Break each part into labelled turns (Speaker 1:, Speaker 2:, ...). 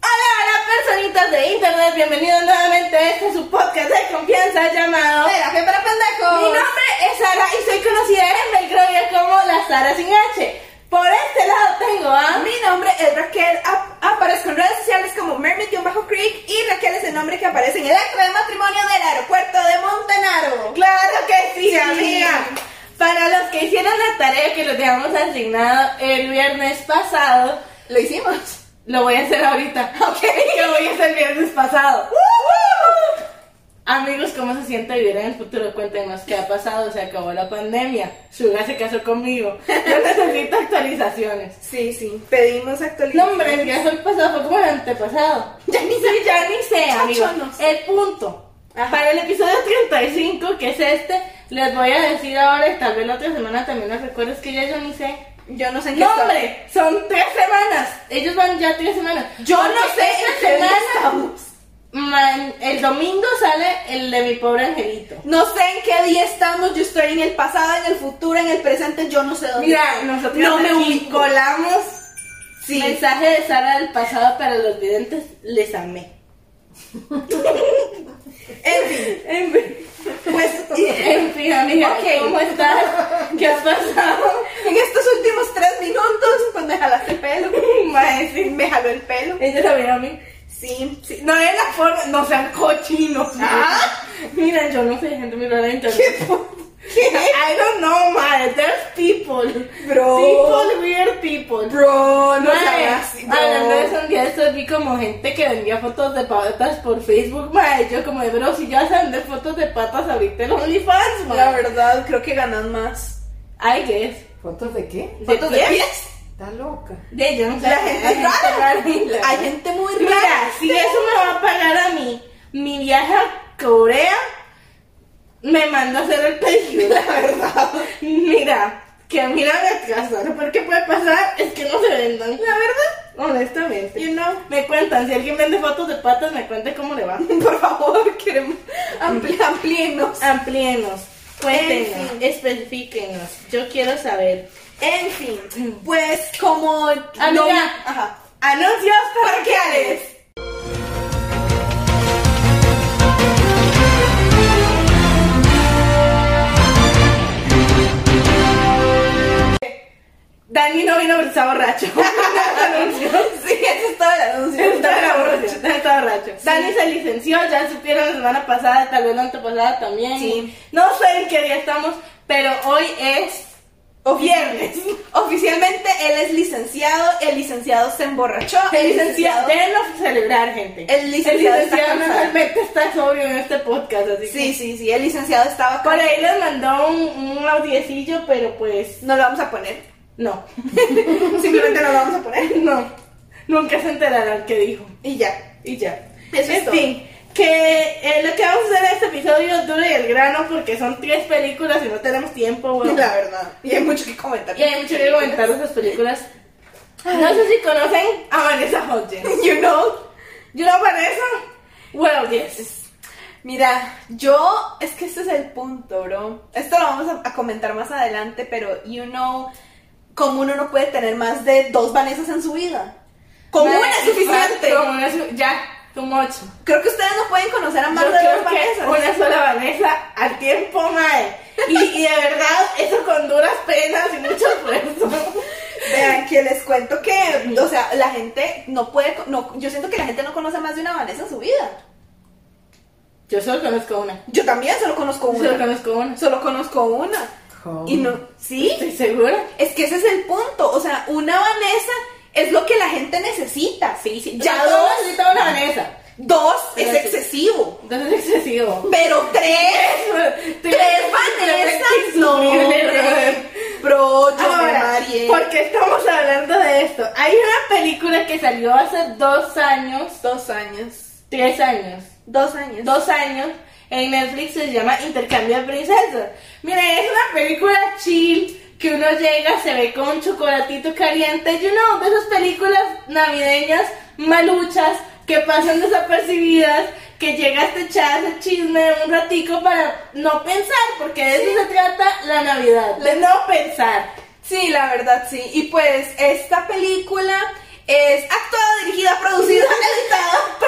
Speaker 1: Hola, personitas de internet, bienvenidos nuevamente a este su podcast de confianza llamado
Speaker 2: ¡Café para
Speaker 1: Mi
Speaker 2: pendejos!
Speaker 1: nombre es Sara y soy conocida en Belgrovia como la Sara sin H. Por este lado tengo a...
Speaker 2: Mi nombre es Raquel, ap- aparezco en redes sociales como Mermaid-Creek y Raquel es el nombre que aparece en el acto de matrimonio del aeropuerto de Montanaro.
Speaker 1: Claro que sí,
Speaker 2: Sí.
Speaker 1: amiga. Para los que hicieron la tarea que les habíamos asignado el viernes pasado,
Speaker 2: Lo hicimos.
Speaker 1: lo voy a hacer ahorita.
Speaker 2: Ok.
Speaker 1: Que voy a hacer el viernes pasado. Amigos, ¿cómo se siente vivir en el futuro? Cuéntenos qué ha pasado, se acabó la pandemia, Suga se casó conmigo, yo necesito actualizaciones.
Speaker 2: Sí, sí, pedimos
Speaker 1: No,
Speaker 2: actualización.
Speaker 1: hombre, ya fue el pasado, fue como el antepasado.
Speaker 2: Ya ni
Speaker 1: Sí,
Speaker 2: sé.
Speaker 1: ya ni sé, amigo. Eh,
Speaker 2: Chachonos.
Speaker 1: El punto.
Speaker 2: Ajá.
Speaker 1: Para el episodio 35, que es este, les voy a decir ahora y tal vez la otra semana también les recuerdo, es que ya yo ni sé.
Speaker 2: Yo no sé en qué
Speaker 1: No,
Speaker 2: estado.
Speaker 1: hombre, son tres semanas. Ellos van ya tres semanas.
Speaker 2: Yo no
Speaker 1: Porque
Speaker 2: sé en
Speaker 1: esta
Speaker 2: qué día
Speaker 1: semana,
Speaker 2: estamos.
Speaker 1: man, el domingo sale el de mi pobre angelito.
Speaker 2: No sé en qué día estamos. Yo estoy en el pasado, en el futuro, en el presente. Yo no sé dónde.
Speaker 1: Mira, nosotros
Speaker 2: no me
Speaker 1: aquí
Speaker 2: ubico.
Speaker 1: colamos.
Speaker 2: Sí.
Speaker 1: Mensaje de Sara del pasado para los videntes, les amé.
Speaker 2: En fin,
Speaker 1: En fin.
Speaker 2: pues y-
Speaker 1: En fin, amiga,
Speaker 2: Ok.
Speaker 1: ¿cómo estás? ¿Qué has pasado?
Speaker 2: en estos últimos tres minutos, pues me jalaste el pelo.
Speaker 1: Mae, sí.
Speaker 2: Me jaló el pelo.
Speaker 1: Ella lo vio a mí.
Speaker 2: Sí, sí.
Speaker 1: No es la forma, no sean cochinos.
Speaker 2: Ah.
Speaker 1: Mira, yo no sé, gente muy rara en internet.
Speaker 2: ¿Qué?
Speaker 1: I don't know, mae, there's people.
Speaker 2: Bro.
Speaker 1: People, weird people.
Speaker 2: Bro, no
Speaker 1: Mae,
Speaker 2: seas así, bro.
Speaker 1: hablando de eso, un día de estos vi como gente que vendía fotos de patas por Facebook, mae. Yo como de, bro, si ya saben de fotos de patas ahorita en OnlyFans, mae.
Speaker 2: La verdad, creo que ganan más.
Speaker 1: Ay, ¿qué es?
Speaker 3: ¿Fotos de qué?
Speaker 2: ¿Fotos de
Speaker 1: pies?
Speaker 2: pies?
Speaker 3: Está loca.
Speaker 1: De yo no sé.
Speaker 2: La gente es rara. Hay
Speaker 1: Hay
Speaker 2: gente muy rara.
Speaker 1: Mira, si eso me va a pagar a mí, mi viaje a Corea, me mando a hacer el pedido.
Speaker 2: La verdad.
Speaker 1: Mira, que mira me casa. Lo peor que puede pasar es que no se vendan.
Speaker 2: La verdad,
Speaker 1: Honestamente.
Speaker 2: you know.
Speaker 1: Me cuentan, si alguien vende fotos de patas, me cuente cómo le va.
Speaker 2: Por favor, queremos. Ampli amplíenos.
Speaker 1: Amplíenos,
Speaker 2: En
Speaker 1: cuéntenos,
Speaker 2: fin.
Speaker 1: especifíquenos. Yo quiero saber.
Speaker 2: En fin, pues como
Speaker 1: Amiga.
Speaker 2: no- ajá.
Speaker 1: Anuncios parroquiales.
Speaker 2: parroquiales.
Speaker 1: Dani no vino porque está borracho. Anuncios.
Speaker 2: Sí, eso es todo el anuncio.
Speaker 1: Está borracho, está borracho. Dani se licenció, ya supieron la semana pasada, tal vez la antepasada también.
Speaker 2: Sí.
Speaker 1: y No sé en qué día estamos, pero hoy es viernes.
Speaker 2: Oficialmente él es licenciado, el licenciado se emborrachó.
Speaker 1: El licenciado, déjenlo celebrar, gente.
Speaker 2: Ah, El licenciado
Speaker 1: El licenciado
Speaker 2: está cansado.
Speaker 1: normalmente está sobrio en este podcast, así
Speaker 2: Sí,
Speaker 1: que-
Speaker 2: sí, sí, el licenciado estaba
Speaker 1: Por
Speaker 2: con
Speaker 1: ahí les mandó un, un audiecillo, pero pues
Speaker 2: No lo vamos a poner.
Speaker 1: no.
Speaker 2: Simplemente no lo vamos a poner.
Speaker 1: no. Nunca se enterarán qué dijo.
Speaker 2: Y ya.
Speaker 1: Y ya.
Speaker 2: Eso es
Speaker 1: en
Speaker 2: todo.
Speaker 1: fin, que eh, lo que vamos a hacer en este episodio es duro y el grano porque son tres películas y no tenemos tiempo, weón.
Speaker 2: La verdad. Y hay mucho que comentar.
Speaker 1: Y hay mucho que comentar de esas películas. No sé si conocen a Vanessa Hudgens.
Speaker 2: You know.
Speaker 1: ¿Yo no Vanessa? Well, yes.
Speaker 2: Mira, yo, es que este es el punto, bro. Esto lo vamos a, a comentar más adelante, pero you know, como uno no puede tener más de dos Vanessas en su vida. Como
Speaker 1: Vale,
Speaker 2: una es suficiente.
Speaker 1: Como una es su- ya, too much.
Speaker 2: Creo que ustedes no pueden conocer a más
Speaker 1: Yo
Speaker 2: de dos
Speaker 1: creo que
Speaker 2: Vanessas.
Speaker 1: una sola Vanessa al tiempo, mae. Y, y de verdad, eso con duras penas y mucho esfuerzo.
Speaker 2: Vean que les cuento que, o sea, la gente no puede, co- no, yo siento que la gente no conoce más de una Vanessa en su vida.
Speaker 1: Yo solo conozco una.
Speaker 2: Yo también solo conozco
Speaker 1: Solo
Speaker 2: una.
Speaker 1: conozco una.
Speaker 2: Solo conozco una. Y no, sí,
Speaker 1: ¿Estoy segura?
Speaker 2: Es que ese es el punto. O sea, una Vanessa es lo que la gente necesita.
Speaker 1: Sí, sí.
Speaker 2: Ya
Speaker 1: Ya dos
Speaker 2: dos,
Speaker 1: necesita una Vanessa.
Speaker 2: dos es
Speaker 1: Pero sí.
Speaker 2: excesivo.
Speaker 1: Entonces es excesivo.
Speaker 2: Pero tres,
Speaker 1: Tres
Speaker 2: tres Vanessas, no. hombre. Bro, yo nadie.
Speaker 1: ¿Por qué estamos hablando de esto? Hay una película que salió hace dos años,
Speaker 2: Dos años.
Speaker 1: tres años,
Speaker 2: Dos años.
Speaker 1: dos años, en Netflix se llama Intercambio de Princesas. Mira, es una película chill que uno llega, se ve con un chocolatito caliente, you know, de esas películas navideñas maluchas que pasan desapercibidas, que llega este echar ese chisme un ratico para no pensar, porque de eso se trata la Navidad, de no pensar.
Speaker 2: Sí, la verdad, sí. Y pues esta película es actuada, dirigida, producida, editada,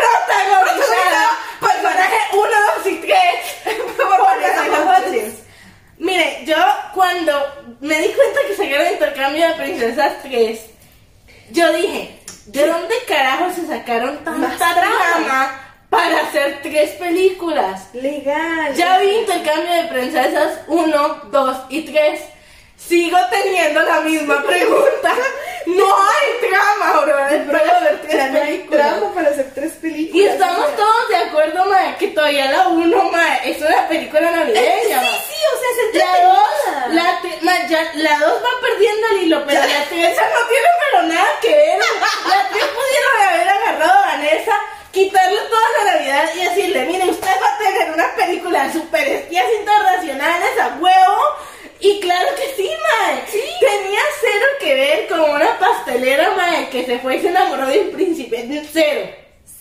Speaker 1: protagonizada por personaje 1, 2 y 3 por Vanessa Hudgens. Mire, yo cuando me di cuenta que sacaron el intercambio de princesas 3, yo dije, ¿de dónde carajo se sacaron
Speaker 2: Más
Speaker 1: tanta
Speaker 2: trama.
Speaker 1: trama para hacer tres películas?
Speaker 2: Legal.
Speaker 1: Ya vi intercambio de princesas 1, 2 y 3. Sigo teniendo la misma pregunta. No hay trama, bro. Después de ver tres películas.
Speaker 2: para hacer tres películas.
Speaker 1: Y estamos todos de acuerdo, ma, que todavía la 1, ma, es una película navideña,
Speaker 2: Sí,
Speaker 1: ma.
Speaker 2: sí, o sea, se
Speaker 1: La 2, la 3, ma, ya, la 2 va perdiendo el hilo, pero la 3 ya no tiene pero nada que ver. La 3 pudieron haber agarrado a Vanessa, quitarle toda la Navidad y decirle, mire, usted va a tener una película de super espías internacionales a huevo. Y claro que sí, ma. Tenía cero que ver con una pastelera, ma, que se fue y se enamoró de un príncipe. Cero.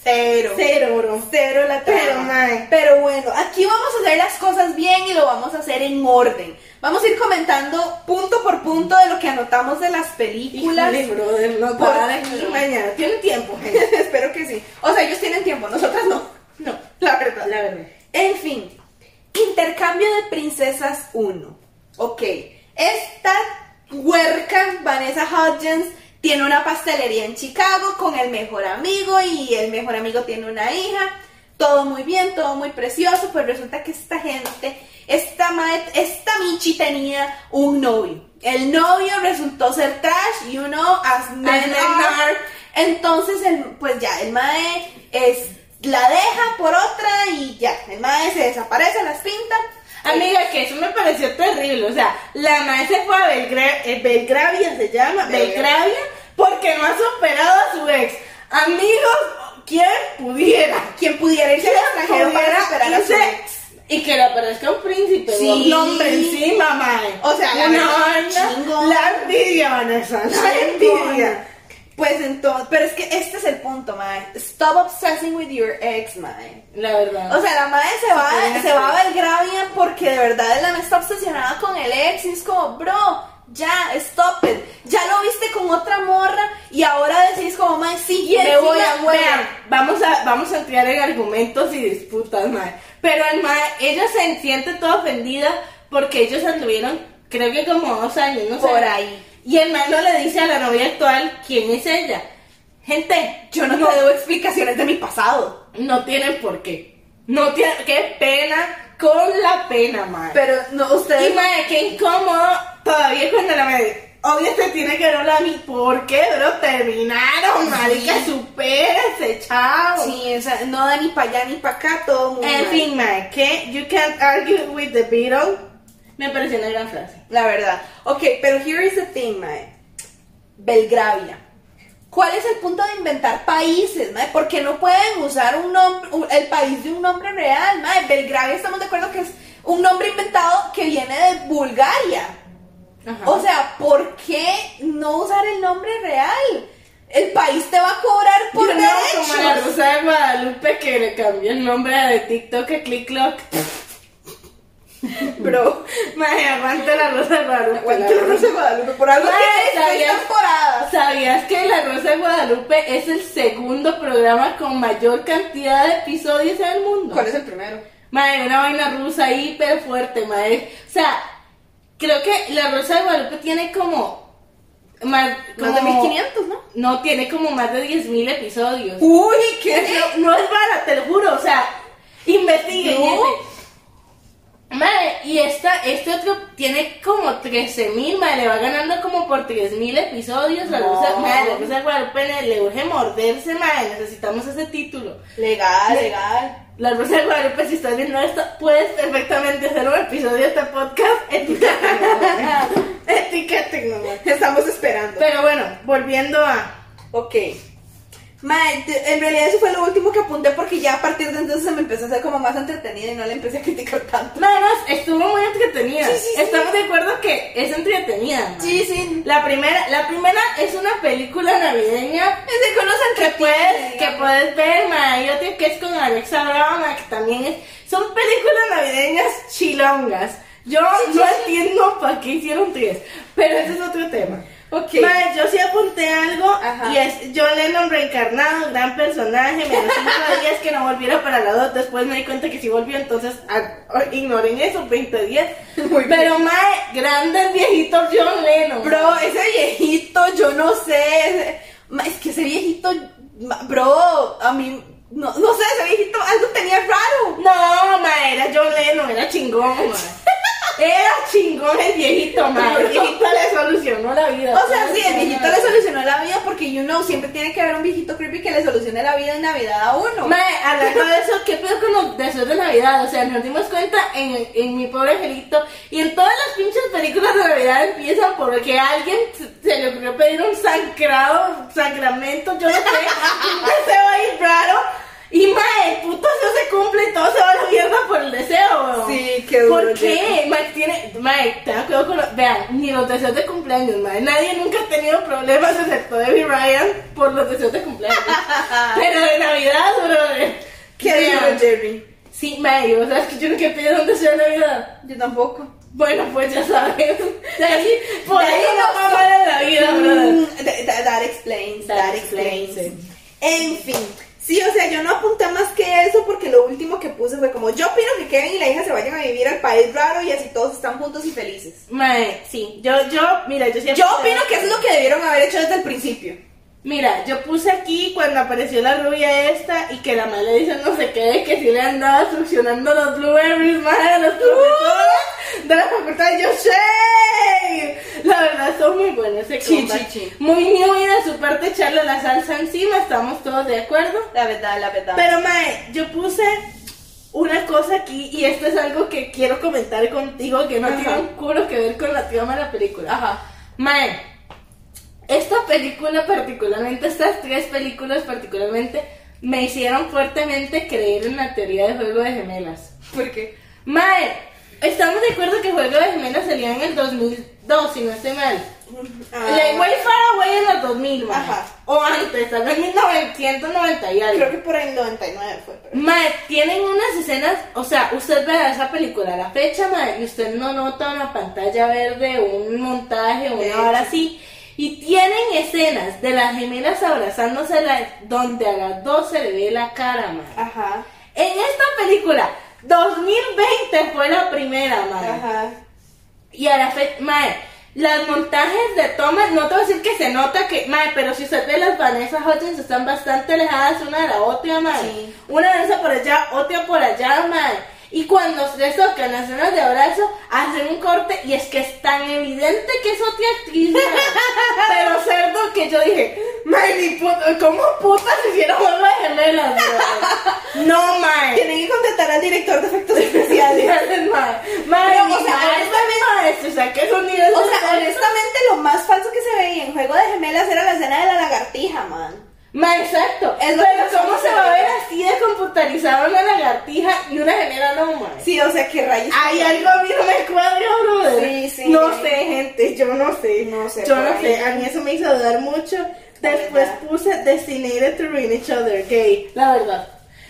Speaker 2: Cero.
Speaker 1: Cero, bro.
Speaker 2: Cero la trama.
Speaker 1: Pero, mae.
Speaker 2: Pero bueno, aquí vamos a hacer las cosas bien y lo vamos a hacer en orden. Vamos a ir comentando punto por punto de lo que anotamos de las películas.
Speaker 1: Híjole, brother, no
Speaker 2: Por-
Speaker 1: para aquí mañana. Tiene tiempo, gente.
Speaker 2: Espero que sí. O sea, ellos tienen tiempo, nosotras no.
Speaker 1: No,
Speaker 2: La verdad.
Speaker 1: la verdad.
Speaker 2: En fin, intercambio de princesas 1. Ok, esta huerca Vanessa Hudgens tiene una pastelería en Chicago con el mejor amigo y el mejor amigo tiene una hija. Todo muy bien, todo muy precioso, pues resulta que esta gente, esta, ma- esta Michi tenía un novio. El novio resultó ser trash, you know, as men
Speaker 1: men
Speaker 2: are.
Speaker 1: are.
Speaker 2: Entonces, el, pues ya, el mae es, la deja por otra y ya, el mae se desaparece, las pinta.
Speaker 1: Amiga, que eso me pareció terrible. O sea, la madre se fue a Belgra- eh, Belgravia, se llama,
Speaker 2: Belgravia.
Speaker 1: Belgravia, porque no ha superado a su ex. Amigos, quien pudiera.
Speaker 2: Quien pudiera irse al extranjero para
Speaker 1: Pudiera
Speaker 2: esperar a su
Speaker 1: irse
Speaker 2: ex.
Speaker 1: Y que le aparezca un príncipe.
Speaker 2: Sí.
Speaker 1: ¿no? Un hombre encima, mae.
Speaker 2: O sea, la
Speaker 1: una
Speaker 2: verdad,
Speaker 1: vaina.
Speaker 2: chingón.
Speaker 1: La envidia, Vanessa. La envidia.
Speaker 2: Pues entonces, pero es que este es el punto, mae. Stop obsessing with your ex, mae.
Speaker 1: La verdad.
Speaker 2: O sea, la madre se va,
Speaker 1: Sí,
Speaker 2: se va a Belgravia porque de verdad la madre está obsesionada con el ex y es como, bro, ya, stop it. Ya lo viste con otra morra y ahora decís como, madre, sí, y
Speaker 1: me voy
Speaker 2: encima-
Speaker 1: a vean, vamos a vamos a entrar en argumentos y disputas mae pero el mae ella se siente toda ofendida porque ellos anduvieron creo que como dos años no sé.
Speaker 2: Por ahí.
Speaker 1: y el mae no le dice a la novia actual quién es ella gente
Speaker 2: Yo no, te debo explicaciones de mi pasado.
Speaker 1: no tienen por qué no tiene qué pena con la pena mae
Speaker 2: Pero no, ustedes.
Speaker 1: y madre, qué incómodo todavía cuando la madre. Obvio se tiene que hablar a mí. ¿Por qué, bro? Terminaron, marica, supérese, chao.
Speaker 2: sí, o sea, no da ni para allá ni para acá, todo muy
Speaker 1: En
Speaker 2: mal.
Speaker 1: fin, madre, ¿qué? You can't argue with the Beatle. Me pareció una gran frase.
Speaker 2: La verdad. Ok, pero here is the thing, mae. Belgravia. ¿Cuál es el punto de inventar países, mae? Porque no pueden usar un nombre, un- el país de un nombre real, mae. Belgravia estamos de acuerdo que es un nombre inventado que viene de Bulgaria. O
Speaker 1: O sea,
Speaker 2: sea, ¿por qué no usar el nombre real? El país te va a cobrar por
Speaker 1: yo no, como la
Speaker 2: derechos.
Speaker 1: Rosa de Guadalupe que le cambió el nombre de TikTok a Click Clock.
Speaker 2: Bro,
Speaker 1: Madre, aguante la Rosa de Guadalupe.
Speaker 2: aguante la Rosa de Guadalupe por algo
Speaker 1: Mae,
Speaker 2: que tiene
Speaker 1: sabía-
Speaker 2: seis temporadas.
Speaker 1: ¿Sabías que La Rosa de Guadalupe es el segundo programa con mayor cantidad de episodios en el mundo?
Speaker 2: ¿Cuál es el primero?
Speaker 1: Madre, una vaina rusa hiper fuerte, madre. O sea, creo que la Rosa de Guadalupe tiene como. Más,
Speaker 2: Más de
Speaker 1: como-
Speaker 2: 1500, ¿no?
Speaker 1: No, tiene como más de 10.000 episodios.
Speaker 2: Uy, qué
Speaker 1: No, no es vara, te lo juro. O sea, investiguen.
Speaker 2: No.
Speaker 1: gente. Madre, y esta, este otro tiene como 13.000, madre, le va ganando como por 3.000 episodios. La
Speaker 2: No.
Speaker 1: luz, madre, la luz de Guadalupe le urge morderse, madre, necesitamos ese título.
Speaker 2: Legal,
Speaker 1: Le-
Speaker 2: legal.
Speaker 1: La Rosa de Guadalupe, si estás viendo esto, puedes perfectamente hacer un episodio de este podcast. Etiquétenme. Etiquétenme.
Speaker 2: Estamos esperando.
Speaker 1: Pero bueno, volviendo a.
Speaker 2: Ok. Mae, te- en realidad eso fue lo último que apunté porque ya a partir de entonces se me empezó a hacer como más entretenida y no le empecé a criticar tanto.
Speaker 1: Manos, estuvo muy entretenida.
Speaker 2: Sí, sí, sí.
Speaker 1: Estamos de acuerdo que es entretenida. ¿no?
Speaker 2: Sí, sí.
Speaker 1: La primera, la primera es una película navideña
Speaker 2: Es de conocen
Speaker 1: que puedes, que puedes ver, ma, y otra que es con Alexa Brown, ma, que también es, son películas navideñas chilongas. Yo no entiendo para qué hicieron tres, pero ese es otro tema.
Speaker 2: Ok.
Speaker 1: Ma, yo sí apunté algo
Speaker 2: Ajá.
Speaker 1: y es John Lennon reencarnado, gran personaje, me dio cinco días que no volviera para la 2, después me di cuenta que sí volvió, entonces ah, ignoren esos 20 días.
Speaker 2: Muy bien.
Speaker 1: Pero mae, grande el viejito John Lennon.
Speaker 2: Bro, ese viejito, yo no sé. ese- ma, Es que ese viejito, ma, bro, a mí, no, no sé, ese viejito algo tenía raro.
Speaker 1: No, ma, era John Lennon, era chingón, ma. Era chingón el viejito, ma. El viejito le solucionó la vida.
Speaker 2: O sea, sí, el viejito le solucionó la vida porque, you know, siempre tiene que haber un viejito creepy que le solucione la vida en Navidad a uno.
Speaker 1: Ma, hablando de eso, ¿qué pedo con los deseos de Navidad? O sea, nos dimos cuenta en, en mi pobre angelito y en todas las pinches películas de Navidad empiezan porque a alguien se- se le ocurrió pedir un sagrado, sacramento, yo no sé, un deseo ahí raro. Y ma, el puto deseo se cumple y todo se va a la mierda por el deseo, weón.
Speaker 2: Sí, qué duro,
Speaker 1: ¿Por qué? Mike tiene. Mike, te acuerdo con. los- Vean, ni los deseos de cumpleaños, Mike. Nadie nunca ha tenido problemas excepto Debbie Ryan por los deseos de cumpleaños. Pero de Navidad, brother.
Speaker 2: ¿Qué
Speaker 1: Vean.
Speaker 2: dijo Jerry?
Speaker 1: Sí, Mike, o sea, es que yo nunca he pedido un deseo de Navidad.
Speaker 2: Yo tampoco.
Speaker 1: Bueno, pues ya sabes. Así, por
Speaker 2: de
Speaker 1: ahí
Speaker 2: ahí
Speaker 1: no
Speaker 2: no-
Speaker 1: va mal en la vida, brother.
Speaker 2: Mm, th- th- that explains,
Speaker 1: That
Speaker 2: that,
Speaker 1: explains
Speaker 2: explains.
Speaker 1: it.
Speaker 2: En fin, sí, o sea, yo no apunté más que eso porque lo último que puse fue como, yo opino que Kevin y la hija se vayan a vivir al país raro y así todos están juntos y felices.
Speaker 1: Mike, sí, yo, yo, mira, yo siempre.
Speaker 2: Mm. Yo opino que eso es lo que debieron haber hecho desde el principio.
Speaker 1: Mira, yo puse aquí cuando apareció la rubia esta y que la madre dice no sé qué, que si le andaba succionando los blueberries, madre, a
Speaker 2: Uh.
Speaker 1: los profesores de la facultad. Y yo, ¡shey! La verdad, son muy buenos ese
Speaker 2: Sí,
Speaker 1: comeback.
Speaker 2: sí, sí.
Speaker 1: Muy new y de su parte echarle la salsa encima, estamos todos de acuerdo.
Speaker 2: La verdad, la verdad.
Speaker 1: Pero, mae, yo puse una cosa aquí y esto es algo que quiero comentar contigo que no
Speaker 2: Ajá.
Speaker 1: tiene un culo que ver con la trama de la película.
Speaker 2: Ajá.
Speaker 1: Mae, esta película particularmente, estas tres películas particularmente, me hicieron fuertemente creer en la teoría de Juego de Gemelas.
Speaker 2: ¿Por qué?
Speaker 1: Mae, estamos de acuerdo que Juego de Gemelas salió en el 2002, si no estoy mal. La Way Far Away en los 2000, mae.
Speaker 2: Ah. Ajá.
Speaker 1: O antes, tal vez 1990 y algo.
Speaker 2: creo que por el 99 fue. pero-
Speaker 1: Mae, tienen unas escenas, o sea, usted ve esa película a la fecha, mae, y usted no nota una pantalla verde, un montaje,
Speaker 2: De
Speaker 1: una hora
Speaker 2: hecho.
Speaker 1: así. Y tienen escenas de las gemelas abrazándose, la- donde a las dos se le ve la cara, mae.
Speaker 2: Ajá.
Speaker 1: En esta película, 2020 fue la primera, mae.
Speaker 2: Ajá.
Speaker 1: Y a la fe, mae, las montajes de tomas, no te voy a decir que se nota que, mae, pero si usted ve las Vanessa Hudgens están bastante alejadas una de la otra, mae.
Speaker 2: Sí.
Speaker 1: Una Vanessa por allá, otra por allá, mae. Y cuando se tocan las zonas de abrazo, hacen un corte y es que es tan evidente que es otra actriz, mae. Pero cerdo que yo dije, mae, ni puta, ¿cómo putas hicieron juego de gemelas, mae? No, mae.
Speaker 2: Tienen que contratar al director de efectos especiales.
Speaker 1: Mae, mae,
Speaker 2: Pero, o
Speaker 1: ni
Speaker 2: sea,
Speaker 1: mae, mae, o sea, que es un nivel
Speaker 2: O
Speaker 1: de-
Speaker 2: sea, honestamente lo más falso que se veía en Juego de Gemelas era la escena de la lagartija, man.
Speaker 1: Ma, exacto.
Speaker 2: Es lo
Speaker 1: pero
Speaker 2: que
Speaker 1: ¿cómo
Speaker 2: nosotros
Speaker 1: se va a ver
Speaker 2: sabemos.
Speaker 1: así de computarizada una lagartija y una gemela no, ma?
Speaker 2: Sí, o sea, que rayos.
Speaker 1: Hay algo a mí no me cuadra, brother.
Speaker 2: Sí, sí.
Speaker 1: No sé, gente, yo no sé.
Speaker 2: No sé,
Speaker 1: Yo
Speaker 2: por
Speaker 1: no
Speaker 2: ahí.
Speaker 1: sé, a mí eso me hizo dudar mucho. Después
Speaker 2: verdad.
Speaker 1: puse Destinated to Ruin Each Other, gay. La verdad.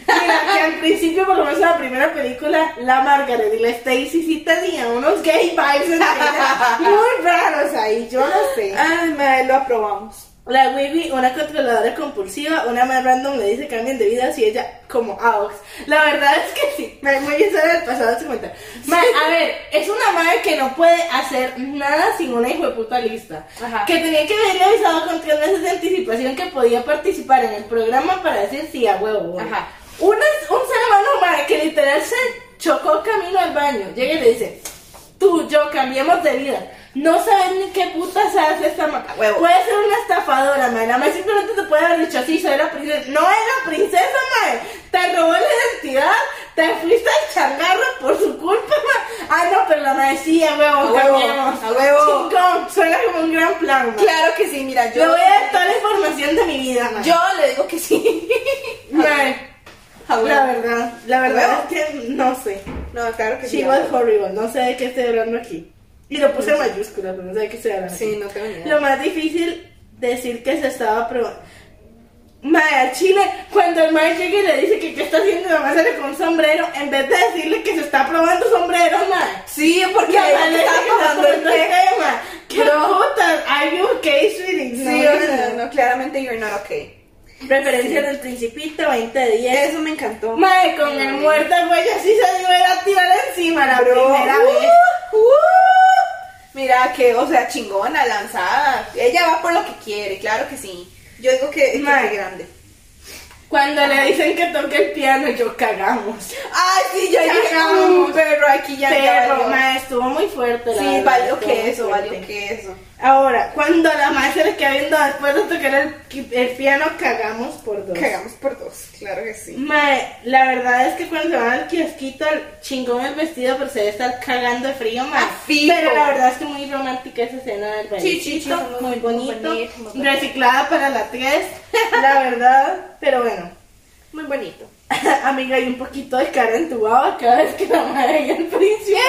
Speaker 1: Mira, que al principio, por lo menos en la primera película, la Margaret y la Stacy sí tenían unos gay vibes en ella muy raros ahí, yo no sé.
Speaker 2: Ay, madre, lo aprobamos.
Speaker 1: La Wibi, una controladora compulsiva, una más random le dice cambien de vida si ella como AOX. La verdad es que sí, me muy bien sabe del pasado se cuenta. Ma, a ver, es una madre que no puede hacer nada sin una hijo de puta lista.
Speaker 2: Ajá.
Speaker 1: Que tenía que haberle avisado con tres meses de anticipación que podía participar en el programa para decir sí a huevo.
Speaker 2: Ajá.
Speaker 1: Una, un ser humano madre que literal se chocó camino al baño. Llega y le dice, tú, yo, cambiemos de vida. No sabes ni qué putas hace esta maca.
Speaker 2: Huevo.
Speaker 1: Puede ser una estafadora, mae. Nada más simplemente te puede haber dicho así, soy la princesa. No era princesa, mae. Te robó la identidad. Te fuiste al changarro por su culpa, mae. Ah, no, pero la mae sí, a huevo,
Speaker 2: A huevo,
Speaker 1: cambiemos.
Speaker 2: a huevo.
Speaker 1: Chingón, suena como un gran plan, mae.
Speaker 2: Claro que sí, mira, yo.
Speaker 1: Yo voy a dar toda la información de mi vida, mae.
Speaker 2: Yo le digo que sí.
Speaker 1: Mae.
Speaker 2: A huevo.
Speaker 1: La verdad, la verdad
Speaker 2: A
Speaker 1: es que no sé.
Speaker 2: Ah, No, claro que sí.
Speaker 1: She
Speaker 2: a
Speaker 1: was
Speaker 2: huevo.
Speaker 1: horrible, no sé de qué estoy hablando aquí. Y lo puse en mayúsculas, pero no sé de qué estoy hablando.
Speaker 2: Sí, no tengo ni idea.
Speaker 1: Lo más difícil decir que se estaba probando. Mae, al chile, cuando el mae llega y le dice que qué está haciendo, nomás sale con un sombrero, en vez de decirle que se está probando sombrero, mae.
Speaker 2: Sí, porque
Speaker 1: La
Speaker 2: ahí
Speaker 1: mae
Speaker 2: me
Speaker 1: le dice
Speaker 2: estaba
Speaker 1: que está
Speaker 2: tomando el
Speaker 1: probando
Speaker 2: té.
Speaker 1: crema. ¿Qué
Speaker 2: Bro.
Speaker 1: putas? ¿Are you okay, sweetie?
Speaker 2: Sí,
Speaker 1: No,
Speaker 2: no,
Speaker 1: no,
Speaker 2: no, no, claramente you're not okay.
Speaker 1: no. Referencia del Principito, 20 de 10.
Speaker 2: Eso me encantó.
Speaker 1: Mae, con el muerto, pues, güey, así se dio a tirar encima la
Speaker 2: Bro,
Speaker 1: primera
Speaker 2: uh,
Speaker 1: vez.
Speaker 2: uh. Mira que, o sea, chingona, lanzada. Ella va por lo que quiere, claro que sí. Yo digo que es
Speaker 1: Mae.
Speaker 2: muy grande.
Speaker 1: Cuando le dicen que toque el piano, yo cagamos.
Speaker 2: Ay, sí, yo
Speaker 1: Ya
Speaker 2: dije,
Speaker 1: acabamos.
Speaker 2: un perro aquí ya. ya
Speaker 1: Pero,
Speaker 2: valió.
Speaker 1: mae, estuvo muy fuerte. la
Speaker 2: Sí,
Speaker 1: verdad,
Speaker 2: valió
Speaker 1: estuvo muy
Speaker 2: queso, valió
Speaker 1: fuerte.
Speaker 2: queso.
Speaker 1: Ahora, cuando la mae se les queda viendo después de tocar el, el piano, cagamos por dos.
Speaker 2: Cagamos por dos, claro que sí.
Speaker 1: Mae, la verdad es que cuando se van al kiosquito, al chingón el vestido, pero se debe estar cagando de frío, mae.
Speaker 2: Ah, fijo.
Speaker 1: Pero la verdad es que muy romántica esa escena del
Speaker 2: Sí, sí, sí,
Speaker 1: bailecito,
Speaker 2: muy-
Speaker 1: muy
Speaker 2: muy
Speaker 1: bonito,
Speaker 2: bonito, muy bonito.
Speaker 1: reciclada para la 3, la verdad, pero bueno.
Speaker 2: Muy bonito.
Speaker 1: Amiga, hay un poquito de cara en tu baba cada vez que la madre llega al príncipe.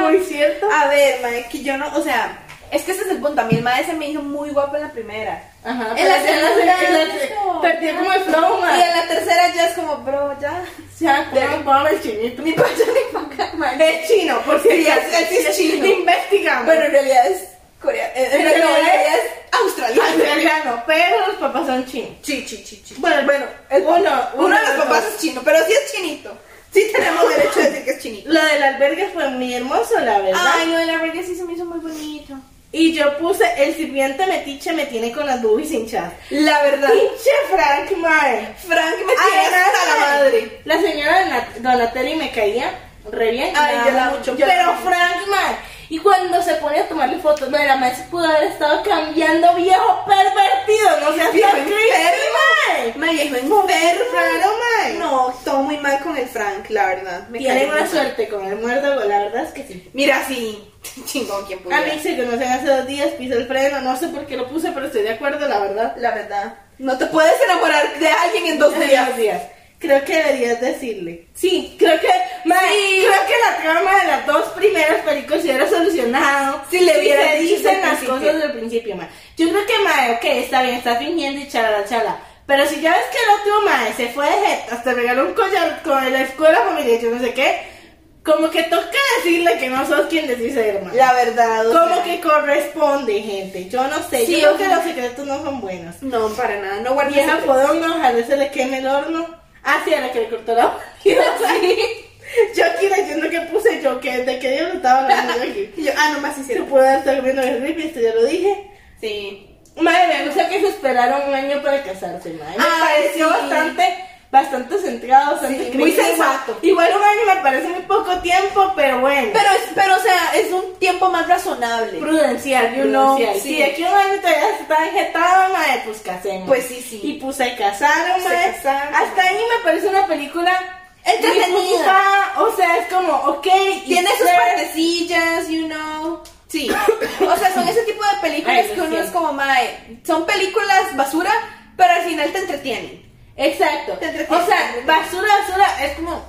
Speaker 1: Muy cierto.
Speaker 2: A ver, mae, que yo no, o sea, es que ese es el punto. A mí el mae se me hizo muy guapo en la primera.
Speaker 1: Ajá.
Speaker 2: En la
Speaker 1: pero ya
Speaker 2: segunda
Speaker 1: en la-
Speaker 2: es como-
Speaker 1: Perdió como el flow,
Speaker 2: Y en
Speaker 1: madre.
Speaker 2: la tercera ya es como, bro, ya.
Speaker 1: Ya, como para el chinito.
Speaker 2: Ni para allá ni para acá, mae.
Speaker 1: Es chino, por si
Speaker 2: Sí, es- es- es chino.
Speaker 1: Investigamos.
Speaker 2: Bueno, en realidad es coreano. eh, En
Speaker 1: En
Speaker 2: realidad,
Speaker 1: realidad
Speaker 2: es australiano.
Speaker 1: Australiano, pero los papás son chinos.
Speaker 2: Chi, chi, chi, chi.
Speaker 1: Bueno, bueno, uno,
Speaker 2: Uno de los papás es chino, pero sí es chinito. Sí tenemos derecho a decir que es chinito.
Speaker 1: Lo del albergue fue muy hermoso, la verdad.
Speaker 2: no, el albergue sí se me hizo muy bonito.
Speaker 1: Y yo puse, el sirviente metiche me tiene con las boobies hinchadas.
Speaker 2: La verdad.
Speaker 1: Pinche Frank, mae.
Speaker 2: Frank me tiene
Speaker 1: Además,
Speaker 2: hasta la madre.
Speaker 1: La señora Donat- Donatelli me caía re bien.
Speaker 2: Ay,
Speaker 1: me
Speaker 2: yo la
Speaker 1: amaba
Speaker 2: amo, yo la
Speaker 1: Pero
Speaker 2: amo.
Speaker 1: Frank, man. Y cuando se pone a tomarle fotos, no, la madre se pudo haber estado cambiando viejo pervertido. No seas
Speaker 2: Viejo
Speaker 1: tan creepy, man.
Speaker 2: Me dijo enfermo.
Speaker 1: Raro, man.
Speaker 2: No, todo muy mal con el Frank, la verdad. Me cae
Speaker 1: Tienen
Speaker 2: muy
Speaker 1: una
Speaker 2: mal.
Speaker 1: suerte con el muérdago, la verdad es que sí.
Speaker 2: Mira, sí. Chingón, quien pudiera.
Speaker 1: A mí se conocen hace dos días, piso el freno, no sé por qué lo puse, pero estoy de acuerdo, la verdad.
Speaker 2: La verdad. No te puedes enamorar de alguien en dos
Speaker 1: Hace
Speaker 2: días.
Speaker 1: dos días. Creo que deberías decirle. Sí, creo que, madre, creo que la trama de las dos primeras películas se hubiera solucionado.
Speaker 2: Si le hubieras
Speaker 1: se
Speaker 2: dicho desde
Speaker 1: dicen
Speaker 2: el
Speaker 1: las
Speaker 2: principio.
Speaker 1: cosas del principio, madre. Yo creo que, madre, ok, está bien, está fingiendo y chala, chala. Pero si ya ves que el otro, madre, se fue de jeta, hasta regaló un collar con la escuela familiar, yo no sé qué. Como que toca decirle que no sos quien les dice, hermano.
Speaker 2: La verdad. o
Speaker 1: Como
Speaker 2: sea,
Speaker 1: que corresponde, gente. Yo no sé.
Speaker 2: Sí,
Speaker 1: yo creo
Speaker 2: ojalá.
Speaker 1: que los secretos no son buenos.
Speaker 2: No, para nada. No guardé
Speaker 1: Vieja
Speaker 2: secretos.
Speaker 1: podonga, ojalá se le queme el horno. Ah, sí, a la que le cortó la Yo aquí leyendo que puse yo, que de que yo lo estaba hablando yo aquí.
Speaker 2: Y yo, ah, no más
Speaker 1: Se
Speaker 2: hicieron.
Speaker 1: puede estar comiendo el rip, esto ya lo dije.
Speaker 2: Sí.
Speaker 1: Madre, me gusta que se esperaron un año para casarse, madre. Me
Speaker 2: Ay,
Speaker 1: pareció
Speaker 2: sí.
Speaker 1: bastante, bastante centrado, bastante
Speaker 2: Sí, muy
Speaker 1: crítico.
Speaker 2: sensato.
Speaker 1: Igual un año me parece muy poco tiempo, pero bueno.
Speaker 2: Pero, es- pero, o sea, es un tiempo más razonable.
Speaker 1: Prudencial, you know.
Speaker 2: Prudencial,
Speaker 1: Si
Speaker 2: sí.
Speaker 1: de aquí a un año todavía está enjetada, madre, pues casemos.
Speaker 2: Pues sí, sí.
Speaker 1: Y pues se casaron,
Speaker 2: Se
Speaker 1: madre.
Speaker 2: casaron.
Speaker 1: Hasta ahí me parece una película
Speaker 2: Entretenida.
Speaker 1: muy fija, O sea, es como, ok. y
Speaker 2: Tiene sus
Speaker 1: ser-
Speaker 2: partecillas, you know. Sí. O sea, son ese tipo de películas
Speaker 1: Ay, lo
Speaker 2: que uno
Speaker 1: siento.
Speaker 2: es como, mae, son películas basura, pero al final te entretienen.
Speaker 1: Exacto.
Speaker 2: Te entretiene.
Speaker 1: O sea, basura, basura, es como.